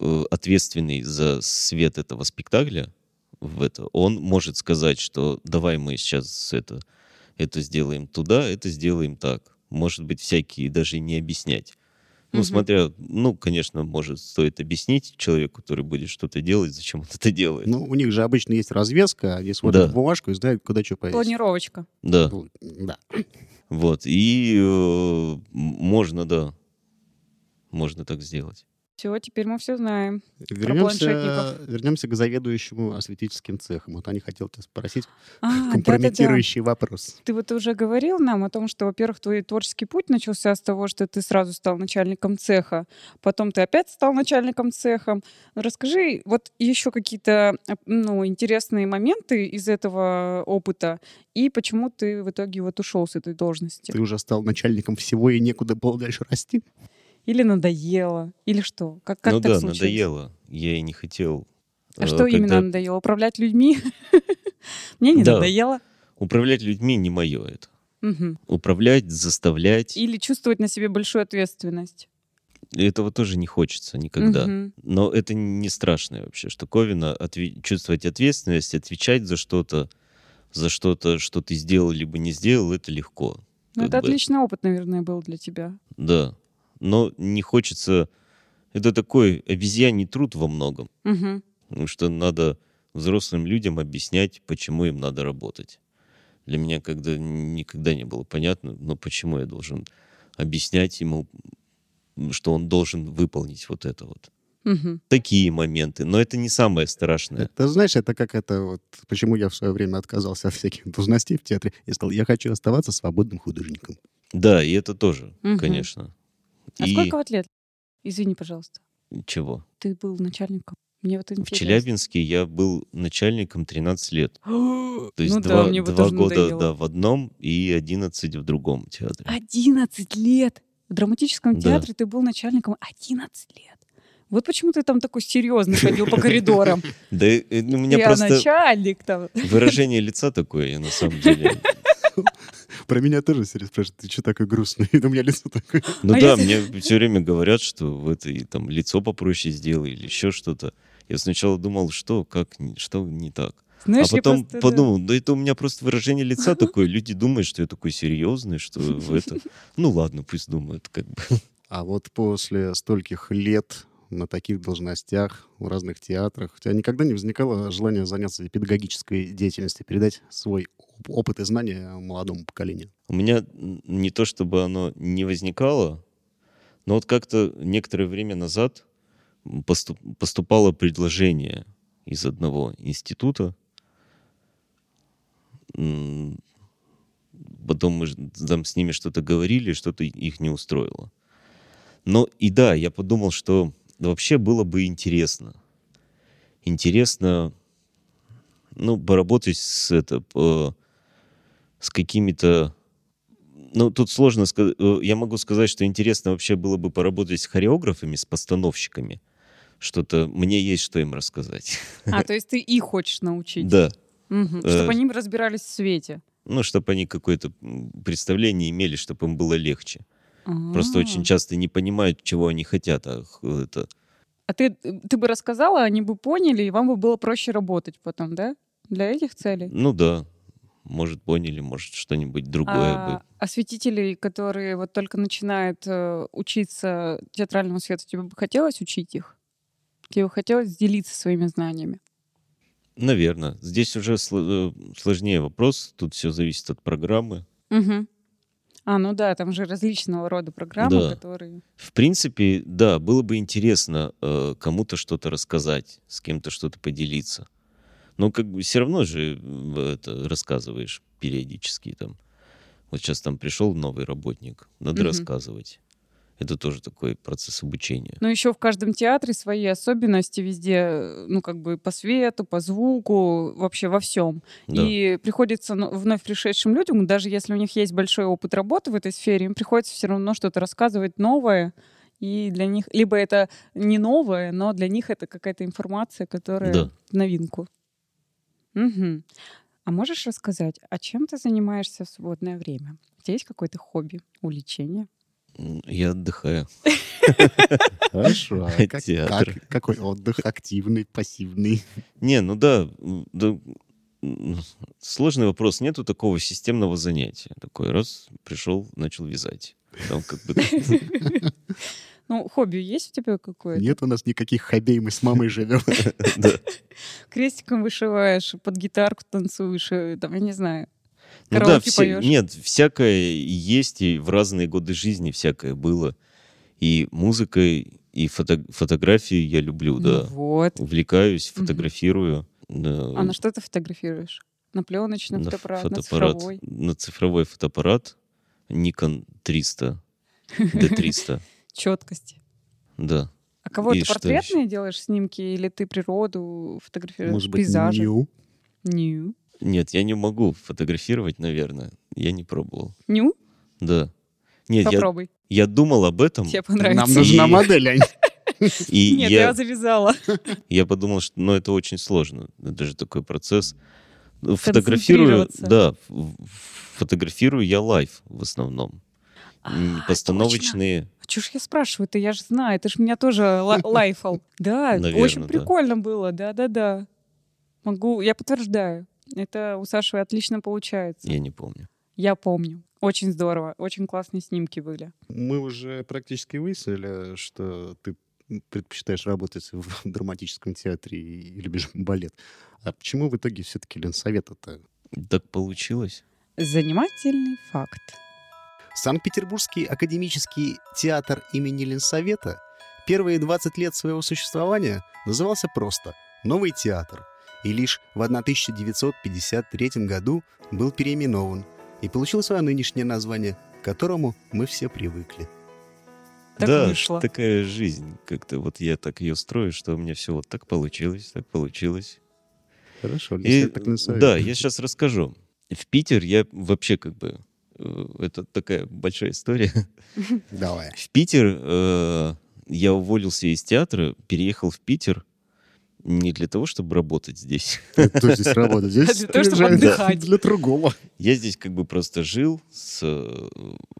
S3: э, ответственный за свет этого спектакля, в это, он может сказать, что давай мы сейчас это, это сделаем туда, это сделаем так. Может быть, всякие даже и не объяснять. Ну,
S2: Мгм.
S3: смотря, ну, конечно, может, стоит объяснить человеку, который будет что-то делать, зачем он это делает.
S1: Ну, у них же обычно есть развеска, они смотрят
S3: Да.
S1: бумажку и знают, куда что повесить.
S2: Планировочка.
S3: да.
S1: Ну, Да.
S3: Вот, и э, м- можно, да, можно так сделать.
S2: Все, теперь мы все знаем.
S1: Вернемся,
S2: планшетников.
S1: вернемся к заведующему осветительским цехом. Вот они хотели тебя спросить
S2: А, да-да-да.
S1: компрометирующий вопрос.
S2: Ты вот уже говорил нам о том, что, во-первых, твой творческий путь начался с того, что ты сразу стал начальником цеха, потом ты опять стал начальником цеха. Расскажи вот еще какие-то э, ну, интересные моменты из этого опыта и почему ты в итоге вот ушел с этой должности.
S1: Ты уже стал начальником всего и некуда было дальше расти.
S2: Или надоело, или что? Как, как
S3: ну
S2: так
S3: да,
S2: случилось?
S3: надоело. Я и не хотел.
S2: А
S3: э,
S2: что именно
S3: когда-
S2: надоело? Управлять людьми? *laughs* Мне не
S3: Да.
S2: надоело.
S3: Управлять людьми не мое это.
S2: Мгм.
S3: Управлять, заставлять.
S2: Или чувствовать на себе большую ответственность.
S3: Этого тоже не хочется никогда.
S2: Мгм. Ну,
S3: Но это не страшная вообще штуковина. отве- Чувствовать ответственность, отвечать за что-то, за что-то, что ты сделал либо не сделал, это легко.
S2: Ну,
S3: Как
S2: это
S3: бы.
S2: отличный опыт, наверное, был для тебя.
S3: Да. Но не хочется... Это такой обезьяний труд во многом.
S2: Мгм.
S3: Потому что надо взрослым людям объяснять, почему им надо работать. Для меня когда никогда не было понятно, но почему я должен объяснять ему, что он должен выполнить вот это вот.
S2: Мгм.
S3: Такие моменты. Но это не самое страшное.
S1: Это, знаешь, это как это вот, почему я в свое время отказался от всяких должностей в театре и сказал, я хочу оставаться свободным художником.
S3: Да, и это тоже,
S2: Мгм.
S3: конечно.
S2: А
S3: и
S2: сколько вот лет? Извини, пожалуйста.
S3: чего?
S2: Ты был начальником. Мне вот
S3: В
S2: интересно.
S3: Челябинске я был начальником 13 лет.
S2: *gasps*
S3: То есть
S2: ну
S3: два,
S2: да, мне вот
S3: два
S2: тоже
S3: года
S2: надоело.
S3: да, в одном и 11 в другом театре.
S2: 11 лет! В драматическом
S3: Да.
S2: театре ты был начальником 11 лет. Вот почему ты там такой серьезный ходил по
S3: *laughs*
S2: коридорам.
S3: Да, э, ну, у меня
S2: Я
S3: просто... А
S2: начальник там.
S3: Выражение лица такое, я на
S2: *laughs*
S3: самом деле.
S1: Про меня тоже все спрашивают, ты что такой грустный? *laughs* И у меня лицо такое.
S3: Ну
S2: А
S3: да,
S2: если-
S3: мне все время говорят, что в этой там лицо попроще сделай или еще что-то. Я сначала думал, что, как, не- что не так.
S2: Знаешь,
S3: а
S2: я
S3: потом
S2: Ну, просто, да.
S3: подумал, да. это у меня просто
S2: *laughs*
S3: выражение лица такое. Люди думают, что я такой серьезный, что в это. Ну ладно, пусть думают, как бы.
S1: А вот после стольких лет на таких должностях, в разных театрах, у тебя никогда не возникало желания заняться педагогической деятельностью, передать свой оп- опыт и знания молодому поколению?
S3: У меня м, не то чтобы оно не возникало, но вот как-то некоторое время назад м, поступ- поступало предложение из одного института. М, Потом мы ж- там с ними что-то говорили, что-то и- их не устроило. Но и да, я подумал, что вообще было бы интересно. Интересно, ну, поработать с, это, э, с какими-то ну, тут сложно сказать. Я могу сказать, что интересно вообще было бы поработать с хореографами, с постановщиками. Что-то мне есть что им рассказать. *laughs*
S2: А, то есть ты их хочешь научить.
S3: Да.
S2: Чтобы
S3: Э,
S2: они разбирались в свете.
S3: Ну, чтобы они какое-то м, представление имели, чтобы им было легче. Просто
S2: А.
S3: очень часто не понимают, чего они хотят. А х- это...
S2: А ты, ты бы рассказала, они бы поняли, и вам бы было проще работать потом, да? Для этих целей?
S3: Ну да, может, поняли, может, что-нибудь другое
S2: А
S3: бы.
S2: осветителей, которые вот только начинают э, учиться театральному свету, тебе бы хотелось учить их? Тебе бы хотелось делиться своими знаниями?
S3: Наверное. Здесь уже сло- э, сложнее вопрос. Тут все зависит от программы.
S2: Мгм. А, ну да, там же различного рода программы,
S3: Да.
S2: которые...
S3: В принципе, да, было бы интересно э, кому-то что-то рассказать, с кем-то что-то поделиться. Но как бы все равно же э, это рассказываешь периодически там. Вот сейчас там пришел новый работник, надо
S2: Мгм.
S3: рассказывать. Это тоже такой процесс обучения.
S2: Но еще ну, в каждом театре свои особенности везде, э, ну как бы по свету, по звуку, вообще во всем.
S3: Да.
S2: И приходится ну, вновь пришедшим людям, даже если у них есть большой опыт работы в этой сфере, им приходится все равно что-то рассказывать новое. И для них, либо это не новое, но для них это какая-то информация, которая
S3: Да.
S2: в новинку. Мгм. А можешь рассказать, а чем ты занимаешься в свободное время? У тебя есть какое-то хобби, увлечение?
S3: М, Я отдыхаю.
S1: Хорошо. А как-
S3: Театр.
S1: как- Какой отдых? Активный, пассивный?
S3: Не, ну да, м, да, м, сложный вопрос. Нету такого системного занятия. Такой раз пришел, начал вязать. Там как
S2: *laughs*
S3: бы
S2: Ну, хобби есть у тебя какое-то?
S1: Нет у нас никаких хобей, мы с мамой живем.
S3: да.
S2: Крестиком вышиваешь, под гитарку танцуешь, э, там, я не знаю.
S3: Ну да,
S2: Караоке
S3: все-
S2: поёшь.
S3: нет, всякое есть, и в разные годы жизни всякое было. И музыкой, и фото- фотографии я люблю, да.
S2: Ну Вот.
S3: Увлекаюсь,
S2: Мгм.
S3: фотографирую. Да,
S2: А на что ты фотографируешь? На пленочный фотоаппарат, на
S3: фотоаппарат,
S2: цифровой.
S3: на цифровой фотоаппарат Nikon 300, D300,
S2: Четкость.
S3: да.
S2: А кого
S3: И
S2: ты
S3: что
S2: портретные делаешь снимки, или ты природу фотографируешь,
S1: Может быть,
S2: Э, пейзажи?
S1: ню?
S2: Ню.
S3: Нет, я не могу фотографировать, наверное. Я не пробовал.
S2: Ню?
S3: Да. Нет, я,
S2: Попробуй,
S3: я думал об этом,
S2: тебе
S1: Нам
S2: понравится.
S1: нужна
S3: И-
S1: модель, а Ань.
S3: и
S2: Нет, я...
S3: я,
S2: завязала.
S3: Я подумал, что ну, это очень сложно. Это же такой процесс. Ну, Фотографирую,
S2: Концентрироваться.
S3: да, ф- фотографирую я лайв в основном. *laughs* М,
S2: А, точно.
S3: Постановочные.
S2: А чё ж я спрашиваю-то? Я же знаю, ты ж меня тоже
S3: *laughs*
S2: ла- лайфал. Да,
S3: Наверно,
S2: очень
S3: да.
S2: прикольно было, да-да-да. Могу, я подтверждаю. Это у Саши отлично получается.
S3: Я не помню.
S2: Я помню. Очень здорово, очень классные снимки были.
S1: Мы уже практически выяснили, что ты предпочитаешь работать в *laughs* драматическом театре и любишь балет. А почему в итоге все-таки Ленсовета-то?
S3: Так получилось.
S2: Занимательный факт.
S1: Санкт-Петербургский академический театр имени Ленсовета первые 20 лет своего существования назывался просто «Новый театр» и лишь в 1953 году был переименован и получил свое нынешнее название, к которому мы все привыкли.
S2: Так
S3: да,
S2: вышло.
S3: такая жизнь. Как-то вот я так ее строю, что у меня все вот так получилось, так получилось.
S1: Хорошо,
S3: И,
S1: *laughs*
S3: да, я сейчас расскажу. В Питер я вообще как бы... э, Это такая большая история.
S1: Давай.
S3: В Питер э, я уволился из театра, переехал в Питер не для того, чтобы работать здесь. *laughs*
S1: Кто здесь работает? Здесь
S2: Для того, чтобы
S1: приезжают
S2: отдыхать.
S1: Для другого.
S3: Я здесь как бы просто жил. С, э,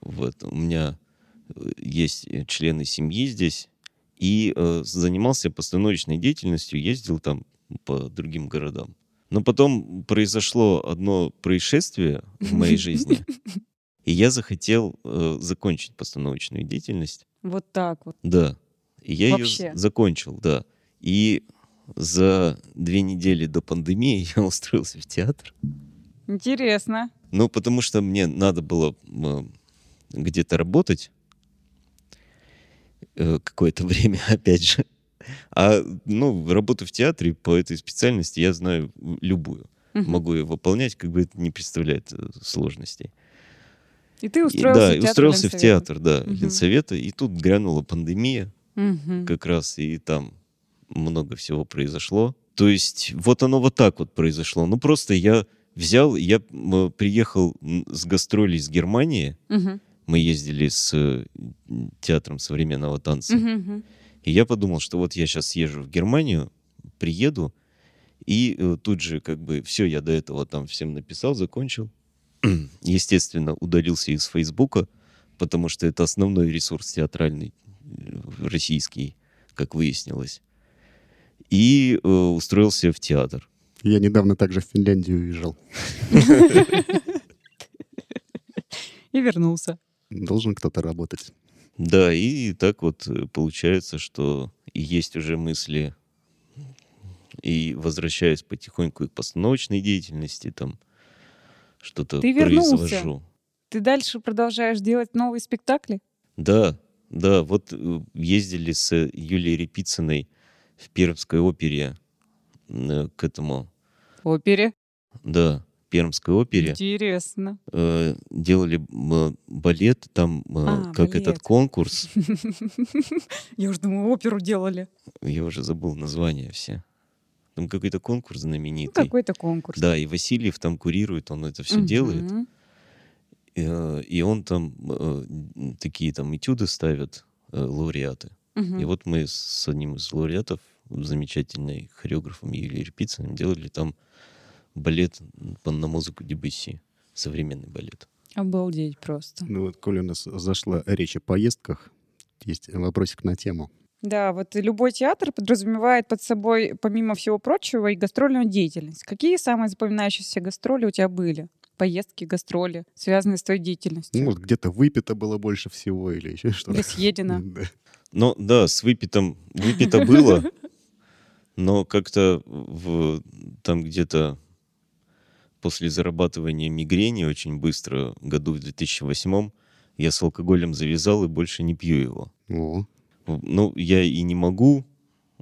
S3: вот, у меня э, есть э, члены семьи здесь. И э, занимался постановочной деятельностью, ездил там по другим городам. Но потом произошло одно происшествие в моей жизни. И я захотел э, закончить постановочную деятельность.
S2: Вот так вот.
S3: Да. И я
S2: Вообще?
S3: ее закончил, да. И за две недели до пандемии *laughs* я устроился в театр.
S2: Интересно.
S3: Ну, потому что мне надо было м, где-то работать э, какое-то *laughs* время, опять же. А, ну, работу в театре по этой специальности я знаю любую.
S2: Мгм.
S3: Могу ее выполнять, как бы это не представляет э, сложностей.
S2: И ты
S3: И-
S2: устроился
S3: да,
S2: в
S3: и
S2: театр
S3: устроился в
S2: Ленсовета?
S3: театр, да,
S2: Мгм.
S3: Ленсовета. И тут грянула пандемия.
S2: Мгм.
S3: как раз и там много всего произошло. То есть вот оно вот так вот произошло. Ну просто я взял, я м, приехал м, с гастролей из Германии,
S2: Мгм.
S3: мы ездили с э, театром современного танца,
S2: Мгм, мгм.
S3: и я подумал, что вот я сейчас езжу в Германию, приеду, и э, тут же как бы все, я до этого там всем написал, закончил. *clears throat* Естественно, удалился из Фейсбука, потому что это основной ресурс театральный э, российский, как выяснилось. И э, устроился в театр.
S1: Я недавно также в Финляндию уезжал.
S2: И вернулся.
S1: Должен кто-то работать.
S3: Да, и так вот э, получается, что и есть уже мысли, и возвращаюсь потихоньку и к постановочной деятельности, там что-то
S2: Ты вернулся.
S3: произвожу.
S2: Ты Ты дальше продолжаешь делать новые спектакли?
S3: Да, да, вот э, ездили с э, Юлией Репицыной в Пермской опере э, к этому,
S2: Опере.
S3: да, Пермской опере.
S2: Интересно.
S3: Э, Делали м, балет, там э,
S2: А,
S3: как
S2: балет.
S3: этот конкурс,
S2: *laughs* Я уже думаю, оперу делали.
S3: я уже забыл названия все. Там какой-то конкурс
S2: Ну,
S3: знаменитый.
S2: какой-то конкурс.
S3: Да, и Васильев там курирует, он это все
S2: Мгм.
S3: делает. Э, И он там э, м, такие там этюды ставит, э, лауреаты.
S2: Мгм.
S3: И вот мы с одним из лауреатов, замечательной хореографом Юлией Репицыным, делали там балет по- на музыку Дебюсси, современный балет.
S2: Обалдеть просто.
S1: Ну вот, коли у нас зашла речь о поездках, есть вопросик на тему.
S2: Да, вот и любой театр подразумевает под собой, помимо всего прочего, и гастрольную деятельность. Какие самые запоминающиеся гастроли у тебя были? Поездки, гастроли, связанные с твоей
S1: Ну,
S2: деятельностью?
S1: может, где-то выпито было больше всего или еще
S2: Или
S1: что-то.
S2: съедено?
S1: Да.
S3: Но Ну да, с выпитом выпито было, но как-то в, там где-то после зарабатывания мигрени очень быстро, году в 2008 я с алкоголем завязал и больше не пью его.
S1: О,
S3: Ну, я и не могу,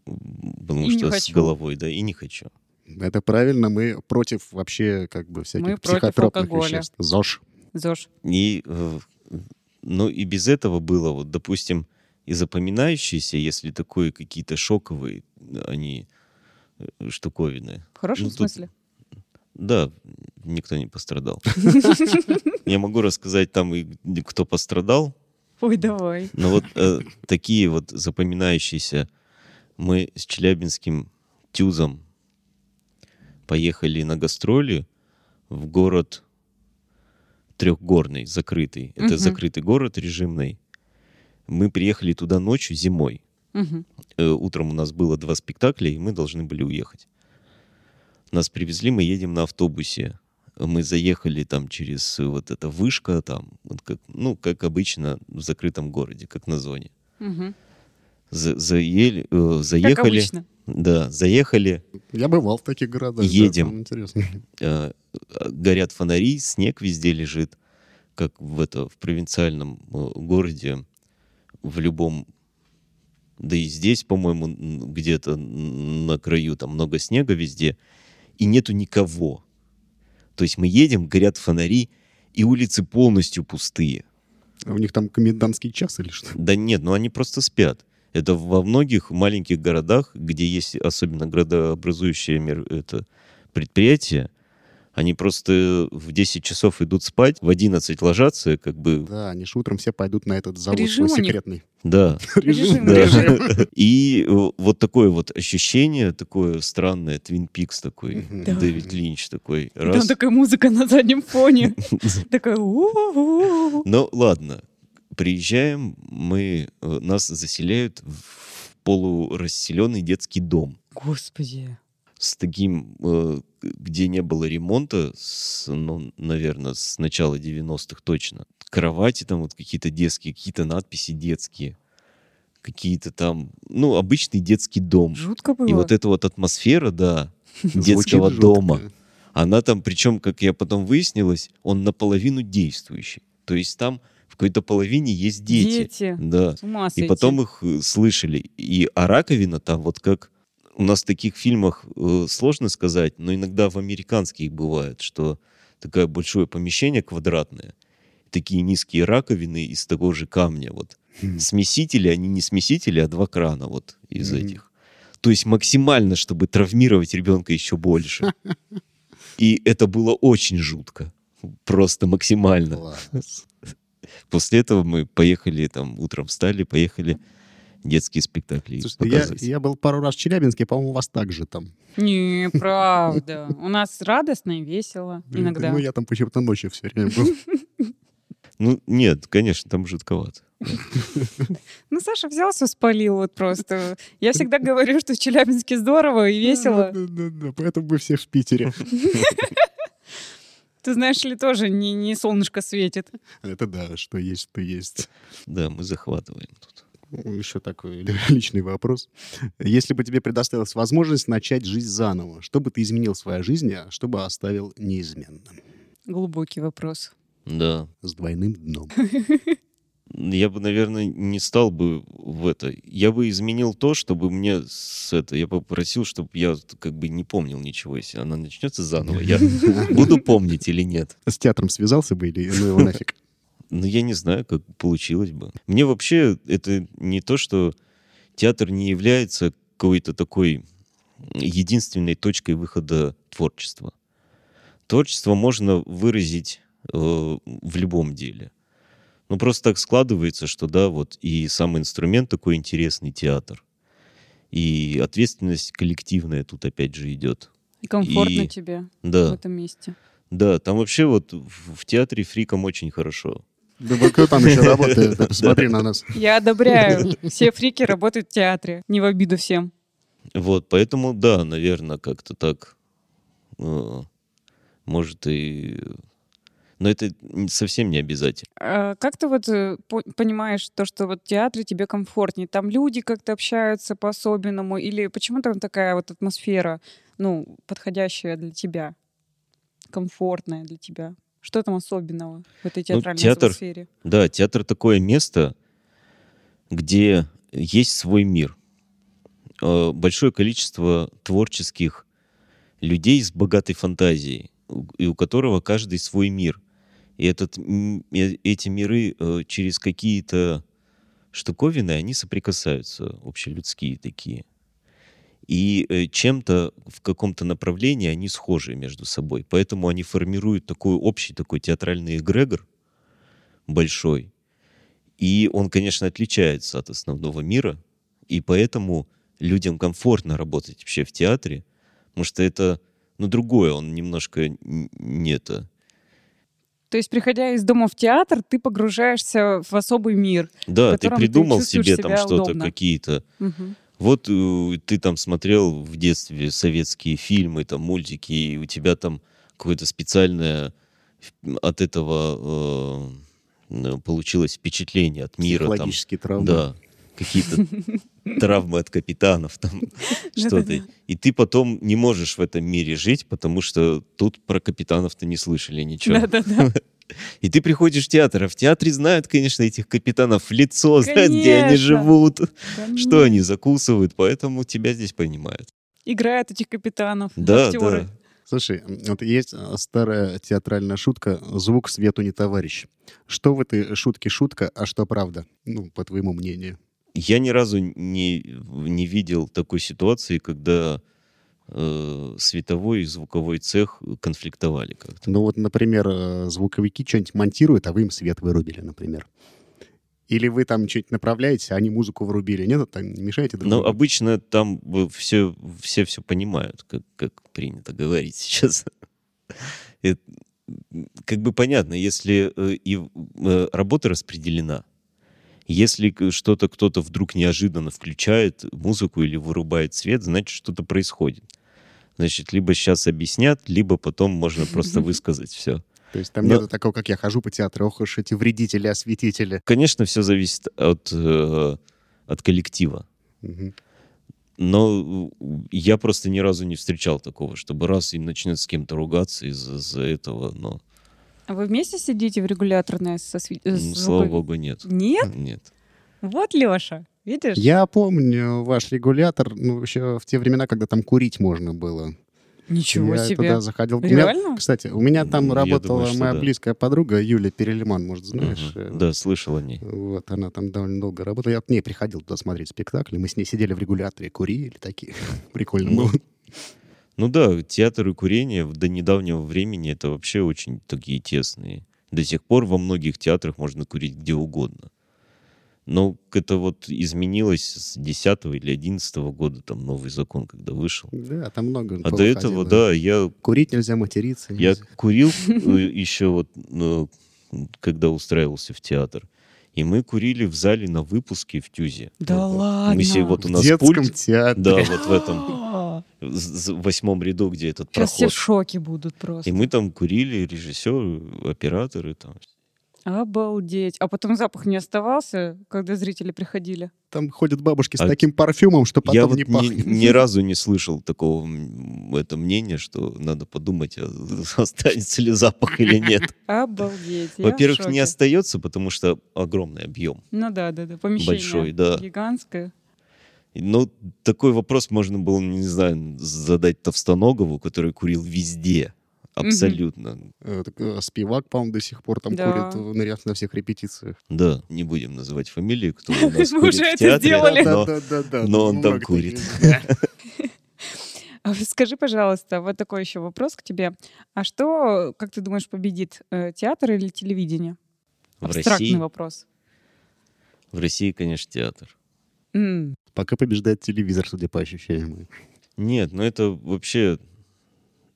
S3: м,
S2: И
S3: потому
S2: не
S3: что с
S2: хочу.
S3: головой, да, и не хочу.
S1: это правильно, мы против вообще как бы всяких
S2: Мы против
S1: психотропных
S2: алкоголя.
S1: веществ. ЗОЖ.
S2: ЗОЖ.
S3: И, э, ну, и без этого было, вот, допустим, и запоминающиеся, если такое какие-то шоковые, они э, штуковины.
S2: В хорошем
S3: Ну, тут-
S2: смысле?
S3: Да, никто не пострадал. Я могу рассказать там, и кто пострадал,
S2: Ой, давай.
S3: но вот э, такие вот запоминающиеся. Мы с челябинским тюзом поехали на гастроли в город трехгорный, закрытый. Это
S2: Мгм.
S3: закрытый город режимный. Мы приехали туда ночью зимой.
S2: Мгм.
S3: Э, утром у нас было два спектакля, и мы должны были уехать. Нас привезли, мы едем на автобусе. Мы заехали там через э, вот эта вышка, там, вот как, ну, как обычно в закрытом городе, как на зоне.
S2: Мгм.
S3: За- заели- э,
S2: Как
S3: заехали, *laughs*
S2: обычно.
S3: да, заехали,
S1: Я бывал в таких городах. да,
S3: Едем.
S1: там интересно.
S3: э, э, горят фонари, снег везде лежит, как в, это, в провинциальном э, городе, в любом, да и здесь, по-моему, н- где-то н- на краю там много снега везде, и нету никого. То есть мы едем, горят фонари, и улицы полностью пустые.
S1: А у них там комендантский час или что?
S3: Да нет, ну они просто спят. Это во многих маленьких городах, где есть особенно градообразующие мер- это, предприятия, они просто в 10 часов идут спать, в 11 ложатся, как бы,
S1: Да, они же утром все пойдут на этот завод
S2: Режим
S1: свой
S2: у них.
S1: секретный.
S3: да.
S2: Режим,
S3: Да.
S2: режим.
S3: И э, вот такое вот ощущение, такое странное, Твин Пикс такой,
S1: Мгм.
S2: Да.
S3: Дэвид Линч такой.
S2: И
S3: Раз.
S2: Там такая музыка на заднем
S3: *laughs*
S2: фоне. Такая «У-у-у».
S3: Ну ладно, приезжаем, мы, э, нас заселяют в полурасселенный детский дом.
S2: Господи.
S3: с таким, э, где не было ремонта, с, ну, наверное, с начала 90-х точно. Кровати там вот какие-то детские, какие-то надписи детские, какие-то там, ну, обычный детский дом.
S2: Жутко
S3: И
S2: было.
S3: вот эта вот атмосфера, да,
S1: Звучит
S3: детского
S1: жутко.
S3: дома, она там, причем, как я потом выяснилось, он наполовину действующий. То есть там в какой-то половине есть дети.
S2: Дети.
S3: Да.
S2: С ума
S3: И
S2: сойти.
S3: потом их э, слышали. И а раковина там вот как... У нас в таких фильмах э, сложно сказать, но иногда в американских бывает, что такое большое помещение квадратное, такие низкие раковины из того же камня. Вот.
S1: Мгм.
S3: Смесители, они не смесители, а два крана вот из
S1: Мгм.
S3: этих. То есть максимально, чтобы травмировать ребенка еще больше.
S1: *laughs*
S3: И это было очень жутко. Просто максимально.
S1: Класс.
S3: После этого мы поехали, там, утром встали, поехали детские спектакли
S1: Слушай, ну я,
S3: показывать.
S1: я был пару раз в Челябинске, по-моему, у вас так же там.
S2: Не, правда. У нас радостно и весело иногда.
S1: Ну, я там почему-то ночью все время был.
S3: Ну, нет, конечно, там жутковато.
S2: Ну, Саша взялся, спалил вот просто. Я всегда говорю, что в Челябинске здорово и *laughs*
S3: Ну,
S2: весело.
S1: Да-да-да, Поэтому мы все в Питере.
S2: Ты знаешь ли, тоже не, не солнышко светит.
S1: Это да, что есть, то есть.
S3: Да, мы захватываем тут.
S1: Еще такой *laughs* личный вопрос. Если бы тебе предоставилась возможность начать жизнь заново, что бы ты изменил в своей жизни, а что бы оставил неизменным?
S2: Глубокий вопрос.
S3: Да.
S1: с двойным дном.
S3: Я бы, наверное, не стал бы в это. Я бы изменил то, чтобы мне с это... Я попросил, чтобы я как бы не помнил ничего. Если она начнется заново,
S1: *laughs*
S3: ну, я буду помнить или нет.
S1: С театром связался бы или ну его
S3: *laughs*
S1: нафиг?
S3: Ну, я не знаю, как получилось бы. Мне вообще это не то, что театр не является какой-то такой единственной точкой выхода творчества. Творчество можно выразить э, в любом деле. Ну, просто так складывается, что, да, вот и сам инструмент такой интересный, театр. И ответственность коллективная тут опять же идет.
S2: И комфортно
S3: И-
S2: тебе в
S3: Да,
S2: этом месте.
S3: да, там вообще вот в в театре фрикам очень хорошо.
S1: Да вы кто там еще
S3: *laughs*
S1: работает? Да Посмотри на нас.
S2: Я одобряю. Все фрики работают в театре. Не в обиду всем.
S3: Вот, поэтому, да, наверное, как-то так, э, может и... э, Но это н- совсем не обязательно.
S2: А Как ты вот э, по- понимаешь то, что вот в театре тебе комфортнее? Там люди как-то общаются по-особенному? Или почему там такая вот атмосфера, ну, подходящая для тебя? Комфортная для тебя? Что там особенного в этой театральной
S3: Ну, театр-
S2: атмосфере?
S3: Да, театр такое место, где есть свой мир. Э, Большое количество творческих людей с богатой фантазией, у- и у которого каждый свой мир. И этот, м- э, эти миры э, через какие-то штуковины, они соприкасаются, общелюдские такие. И э, чем-то в каком-то направлении они схожи между собой. Поэтому они формируют такой общий такой театральный эгрегор, большой. И он, конечно, отличается от основного мира, и поэтому людям комфортно работать вообще в театре, потому что это, ну, другое, он немножко н- не это.
S2: То есть, приходя из дома в театр, ты погружаешься в особый мир.
S3: Да, ты
S2: котором ты
S3: придумал
S2: чувствуешь
S3: себе там
S2: себя
S3: что-то,
S2: удобно.
S3: какие-то.
S2: Мгм. *laughs*
S3: Вот э, ты там смотрел в детстве советские фильмы, там мультики, и у тебя там какое-то специальное ф- от этого э, м, получилось впечатление от мира. Там,
S1: Психологические травмы.
S3: Да, какие-то травмы от капитанов, там что-то. И ты потом не можешь в этом мире жить, потому что тут про капитанов-то не слышали ничего.
S2: Да-да-да.
S3: И ты приходишь в театр, а в театре знают, конечно, этих капитанов в лицо, знают, где они
S2: Конечно.
S3: живут, *laughs* что
S2: Конечно.
S3: они закусывают, поэтому тебя здесь понимают.
S2: Играют этих капитанов,
S3: Да,
S2: актеры.
S3: да.
S1: Слушай, м, вот есть э, старая театральная шутка «Звук свету не товарищ». Что в этой шутке шутка, а что правда? Ну, по твоему мнению.
S3: Я ни разу не, не видел такой ситуации, когда э, световой и звуковой цех конфликтовали как-то.
S1: Ну вот, например, э, звуковики что-нибудь монтируют, а вы им свет вырубили, например. Или вы там что-нибудь направляете, а они музыку вырубили. Нет, там не мешаете друг
S3: Ну,
S1: другу?
S3: обычно там бы все все, все понимают, как, как принято говорить *laughs* сейчас. Это, м, как бы понятно, если э, и э, работа распределена, если к- что-то кто-то вдруг неожиданно включает музыку или вырубает свет, значит, что-то происходит. Значит, либо сейчас объяснят, либо потом можно просто высказать все.
S1: То есть там
S2: ну
S3: но-
S1: нет такого, как я хожу по театру, ох уж эти вредители, осветители.
S3: Конечно, все зависит от, э, от коллектива.
S1: Мгм.
S3: Но у- я просто ни разу не встречал такого, чтобы раз и начнет с кем-то ругаться из-за из-за этого, но,
S2: А вы вместе сидите в регуляторной со сви- э,
S3: ну,
S2: с
S3: слава
S2: звуков-
S3: богу, нет.
S2: Нет?
S3: Нет.
S2: Вот, Леша, видишь?
S1: Я помню ваш регулятор, ну, еще в те времена, когда там курить можно было.
S2: Ничего
S1: я
S2: себе.
S1: туда заходил. У меня-
S2: Реально?
S1: кстати, у меня там
S3: Ну, я
S1: работала
S3: думаю, что
S1: моя
S3: да.
S1: близкая подруга Юлия Перелиман, может, знаешь?
S3: Мгм.
S1: э,
S3: Да, слышал о ней.
S1: Вот, она там довольно долго работала. Я к ней приходил туда смотреть спектакли. Мы с ней сидели в регуляторе, курили такие. *laughs* Прикольно
S3: Ну,
S1: было.
S3: Ну да, театр и курение в- до недавнего времени это вообще очень такие тесные. До сих пор во многих театрах можно курить где угодно. Но это вот изменилось с 10 или 11 года, там новый закон, когда вышел.
S1: Да, там много
S3: А
S1: было
S3: до
S1: ходило.
S3: этого, да, я
S1: Курить нельзя, материться
S3: Я
S1: нельзя.
S2: *laughs*
S3: курил э, еще вот, ну, когда устраивался в театр. И мы курили в зале на выпуске в Тюзе.
S2: Да
S3: Вот.
S2: ладно?
S3: Мы себе вот у
S1: В
S3: нас
S1: детском
S3: пульт.
S1: театре.
S3: Да, вот в этом
S2: А,
S3: з- з- восьмом ряду, где этот
S2: Сейчас все
S3: проход.
S2: в шоке будут просто.
S3: И мы там курили, режиссеры, операторы там.
S2: Обалдеть. А потом запах не оставался, когда зрители приходили?
S1: Там ходят бабушки с
S3: А
S1: таким парфюмом, что потом
S3: Я вот
S1: не
S3: ни,
S1: пахнет.
S3: ни разу не слышал такого м, это мнения, что надо подумать, а останется ли запах
S2: *laughs*
S3: или нет.
S2: Обалдеть. Я в
S3: Во-первых, не
S2: шоке.
S3: остается, потому что огромный объем.
S2: Ну да, да, да. Помещение
S3: Большой, да.
S2: гигантское.
S3: Ну, такой вопрос можно было, не знаю, задать Товстоногову, который курил везде. Абсолютно.
S1: Э, так, э, Спивак, по-моему, до сих пор там
S2: Да.
S1: курит э, на ря- на всех репетициях.
S3: Да, не будем называть фамилии, кто
S2: *laughs*
S3: у нас
S2: Мы
S3: курит
S2: уже
S3: в
S2: это
S3: театре,
S2: сделали.
S3: но-
S1: Да-да-да-да.
S3: но он там
S1: Много таких.
S3: курит.
S2: А вот скажи, пожалуйста, вот такой еще вопрос к тебе. А что, как ты думаешь, победит э, театр или телевидение?
S3: В
S2: Абстрактный
S3: России,
S2: вопрос.
S3: в России, конечно, театр.
S2: М,
S1: Пока побеждает телевизор, судя по ощущениям.
S3: Нет, ну это вообще,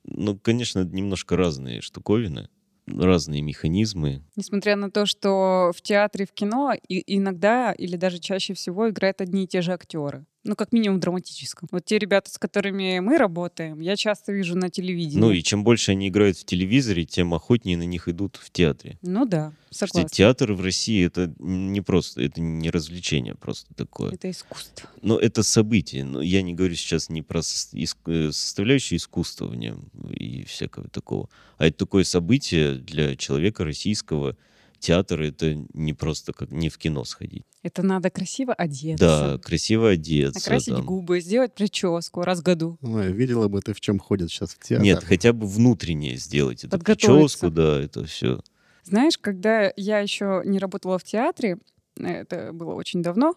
S3: ну, конечно, немножко разные штуковины, разные механизмы.
S2: Несмотря на то, что в театре, в кино и- иногда или даже чаще всего играют одни и те же актеры. Ну, как минимум в драматическом. Вот те ребята, с которыми мы работаем, я часто вижу на телевидении.
S3: Ну и чем больше они играют в телевизоре, тем охотнее на них идут в театре.
S2: Ну да,
S3: Потому
S2: согласна.
S3: что театр в России это не просто, это не развлечение а просто такое.
S2: Это искусство.
S3: Но это событие. Но я не говорю сейчас не про сос- иск- э, составляющие искусства в нем и всякого такого. А это такое событие для человека российского. Театр — это не просто как не в кино сходить.
S2: Это надо красиво одеться.
S3: Да,
S2: А
S3: красиво одеться.
S2: Накрасить
S3: там.
S2: губы, сделать прическу раз в году.
S1: Ой, Ну, видела бы ты, в чем ходят сейчас в театр.
S3: Нет, хотя бы внутреннее сделать. Это
S2: Подготовиться.
S3: прическу, да, это все.
S2: Знаешь, когда я еще не работала в театре, это было очень давно,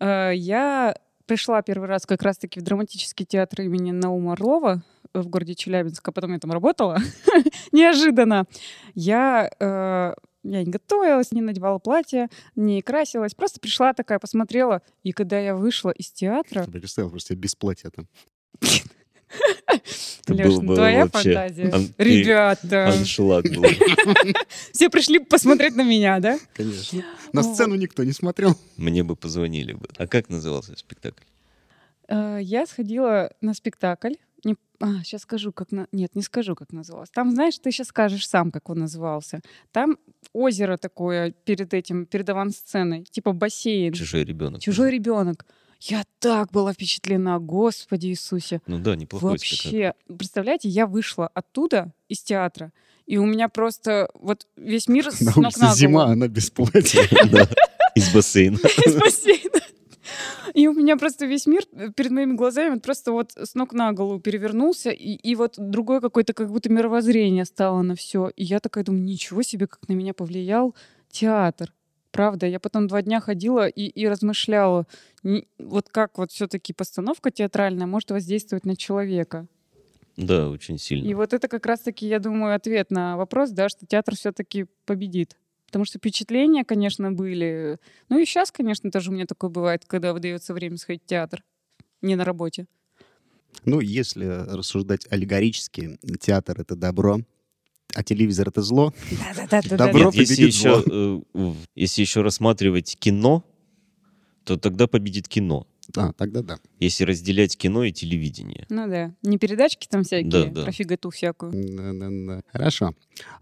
S2: э, я пришла первый раз как раз-таки в драматический театр имени Наума Орлова э, в городе Челябинск, а потом я там работала. *laughs* Неожиданно. Я, э, я не готовилась, не надевала платье, не красилась. Просто пришла такая, посмотрела. И когда я вышла из театра...
S1: Я Представил, просто без платья там.
S3: Это
S2: Лёш,
S3: был
S2: ну
S3: бы
S2: твоя
S3: вообще
S2: фантазия.
S3: ан- ты-
S2: Ребята,
S3: Аншлаг
S2: *laughs*
S3: был.
S2: все пришли посмотреть на меня, да? *gasps*
S1: Конечно. На
S2: Ну,
S1: сцену никто не смотрел.
S3: Мне бы позвонили бы. А как назывался спектакль?
S2: Э, Я сходила на спектакль. сейчас скажу, как на... Нет, не скажу, как называлось. Там, знаешь, ты сейчас скажешь сам, как он назывался. Там озеро такое перед этим, перед авансценой, типа бассейн.
S3: Чужой ребенок.
S2: Чужой ребенок. Я так была впечатлена, Господи Иисусе.
S3: Ну да, неплохой спектакль.
S2: Вообще, представляете, я вышла оттуда из театра, и у меня просто вот весь мир
S1: *laughs*
S2: с
S1: На
S2: ног на
S1: улице
S2: голову.
S1: зима, она без платья.
S3: *laughs* Да, Из бассейна.
S2: *laughs* из бассейна. И у меня просто весь мир э, перед моими глазами вот просто вот с ног на голову перевернулся, и, и вот другое какое-то как будто мировоззрение стало на все. И я такая думаю, ничего себе, как на меня повлиял театр. Правда, я потом два дня ходила и, и размышляла, н- вот как вот все-таки постановка театральная может воздействовать на человека.
S3: Да, очень сильно.
S2: И вот это как раз-таки, я думаю, ответ на вопрос, да, что театр все-таки победит. Потому что впечатления, конечно, были. Ну и сейчас, конечно, тоже у меня такое бывает, когда выдается время сходить в театр. Не на работе.
S1: *laughs* Ну, если рассуждать аллегорически, театр — это добро, а телевизор — это зло. Добро
S3: Нет, если
S1: победит
S3: еще, э, в- если еще рассматривать кино, то тогда победит кино.
S1: А, тогда да.
S3: Если разделять кино и телевидение.
S2: Ну да. Не передачки там всякие,
S3: Да, да.
S2: про фиготу всякую.
S1: Да-да-да. Хорошо.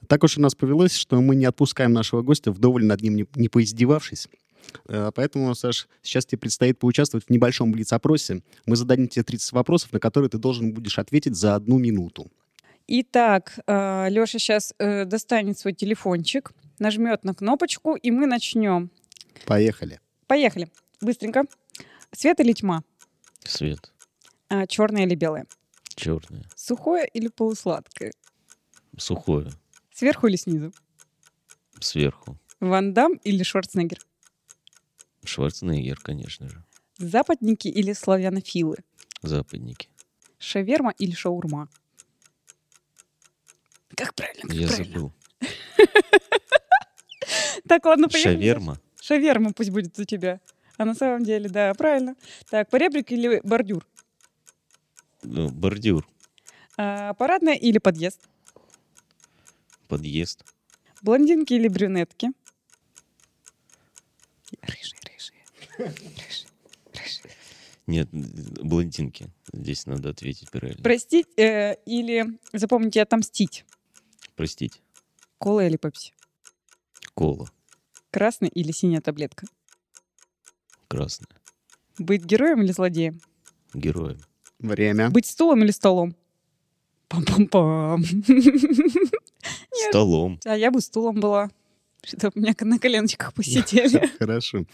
S1: Так уж у нас повелось, что мы не отпускаем нашего гостя, вдоволь над ним не, не поиздевавшись. Э, Поэтому, Саш, сейчас тебе предстоит поучаствовать в небольшом блиц-опросе. Мы зададим тебе 30 вопросов, на которые ты должен будешь ответить за одну минуту.
S2: Итак, э, Леша сейчас достанет свой телефончик, нажмет на кнопочку, и мы начнем.
S1: Поехали.
S2: Поехали. Быстренько. Свет или тьма?
S3: Свет.
S2: Черное или белое?
S3: Черное.
S2: Сухое или полусладкое?
S3: Сухое.
S2: Сверху или снизу?
S3: Сверху.
S2: Ван Дам или Шварценеггер?
S3: Шварценеггер, конечно же.
S2: Западники или славянофилы?
S3: Западники.
S2: Шаверма или шаурма? Как правильно? Как
S3: Я
S2: правильно?
S3: забыл.
S2: Так, ладно, поехали.
S3: Шаверма.
S2: дальше. Шаверма пусть будет у тебя. А на самом деле, да, правильно. Так, поребрик или бордюр?
S3: э, Бордюр.
S2: А, парадная или подъезд?
S3: Подъезд.
S2: Блондинки или брюнетки? Рыжие, рыжие. Рыжие, рыжие.
S3: Нет, э, блондинки. Здесь надо ответить правильно.
S2: Простить э, или запомните отомстить?
S3: Простите.
S2: Кола или пепси?
S3: кола.
S2: Красная или синяя таблетка?
S3: Красная.
S2: Быть героем или злодеем?
S3: Героем.
S1: Время.
S2: Быть стулом или столом? Пам-пам-пам. Нет.
S3: Столом.
S2: *laughs* А я бы стулом была. Что меня на коленочках *laughs* посидели.
S1: *laughs* Хорошо.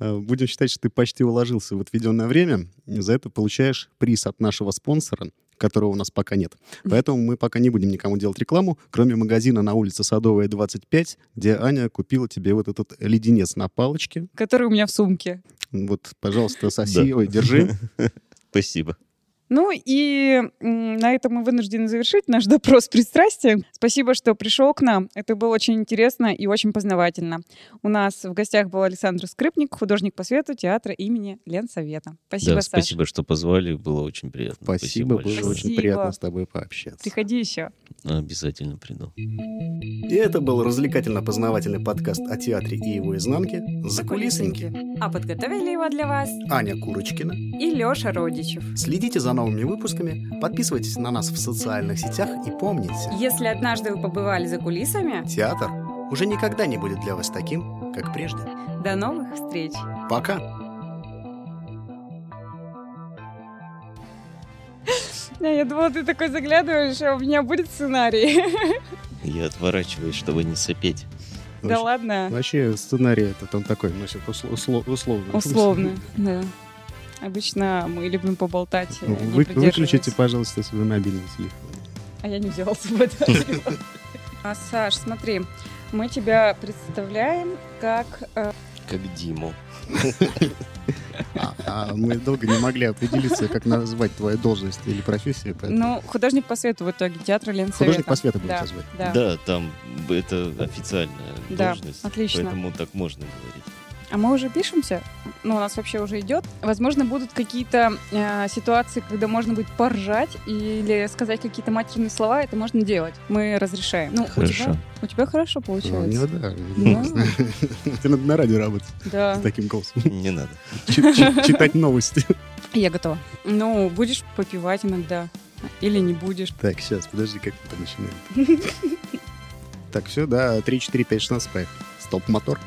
S1: Э, Будем считать, что ты почти уложился в отведенное время. За это получаешь приз от нашего спонсора, которого у нас пока нет. Поэтому мы пока не будем никому делать рекламу, кроме магазина на улице Садовая, 25, где Аня купила тебе вот этот леденец на палочке.
S2: Который у меня в сумке.
S1: Вот, пожалуйста, соси,
S3: Да.
S1: ой,
S3: *laughs*
S1: держи.
S3: Спасибо.
S2: Ну и м, на этом мы вынуждены завершить наш допрос пристрастия. Спасибо, что пришел к нам. Это было очень интересно и очень познавательно. У нас в гостях был Александр Скрипник, художник по свету театра имени Ленсовета. Спасибо,
S3: да,
S2: Саша.
S3: спасибо, что позвали. Было очень приятно.
S1: Спасибо, было
S3: большое.
S1: очень
S2: Спасибо.
S1: приятно с тобой пообщаться.
S2: Приходи еще.
S3: Обязательно приду.
S1: И это был развлекательно-познавательный подкаст о театре и его изнанке «Закулисники».
S2: А подготовили его для вас
S1: Аня Курочкина.
S2: и Леша Родичев.
S1: Следите за новыми выпусками, подписывайтесь на нас в социальных сетях и помните,
S2: Если однажды вы побывали за кулисами,
S1: театр уже никогда не будет для вас таким, как прежде.
S2: до новых встреч!
S1: Пока!
S2: Я думала, ты такой заглядываешь, а у меня будет сценарий. *laughs*
S3: Я отворачиваюсь, чтобы не сопеть.
S2: Да ладно.
S1: Вообще сценарий этот, он такой носит усло- усло- условно.
S2: Условно, да. Обычно мы любим поболтать. э,
S1: Ну,
S2: не
S1: вы- выключите,
S2: придерживаясь.
S1: пожалуйста, свой мобильный телефон.
S2: А я не взяла с
S1: *laughs*
S2: собой телефон. А, Саш, смотри, мы тебя представляем как... э,
S3: Как Диму.
S1: А, а мы долго не могли определиться, как назвать твою должность или профессию. поэтому
S2: Ну, художник по свету в итоге, театра Ленсовета.
S1: Художник по свету будем
S2: Да,
S1: тебя звать.
S2: Да.
S3: Да, там это официальная
S2: Да,
S3: должность.
S2: отлично.
S3: Поэтому так можно говорить.
S2: А мы уже пишемся, ну, у нас вообще уже идет. Возможно, будут какие-то э, ситуации, когда можно будет поржать или сказать какие-то матерные слова, это можно делать. Мы разрешаем. Ну, у тебя,
S3: Хорошо.
S2: у тебя хорошо
S1: Ну, не
S2: получается.
S1: надо.
S2: *laughs* Да.
S1: Тебе надо на радио работать
S2: Да.
S1: с таким голосом.
S3: Не надо.
S1: Чи- чи- Читать новости.
S2: Я готова. Ну, будешь попивать иногда. Или не будешь.
S1: Так, сейчас, подожди, как мы там начинаем? Так, все, да, 3, 4, 5, 16, поехали. Стоп-мотор.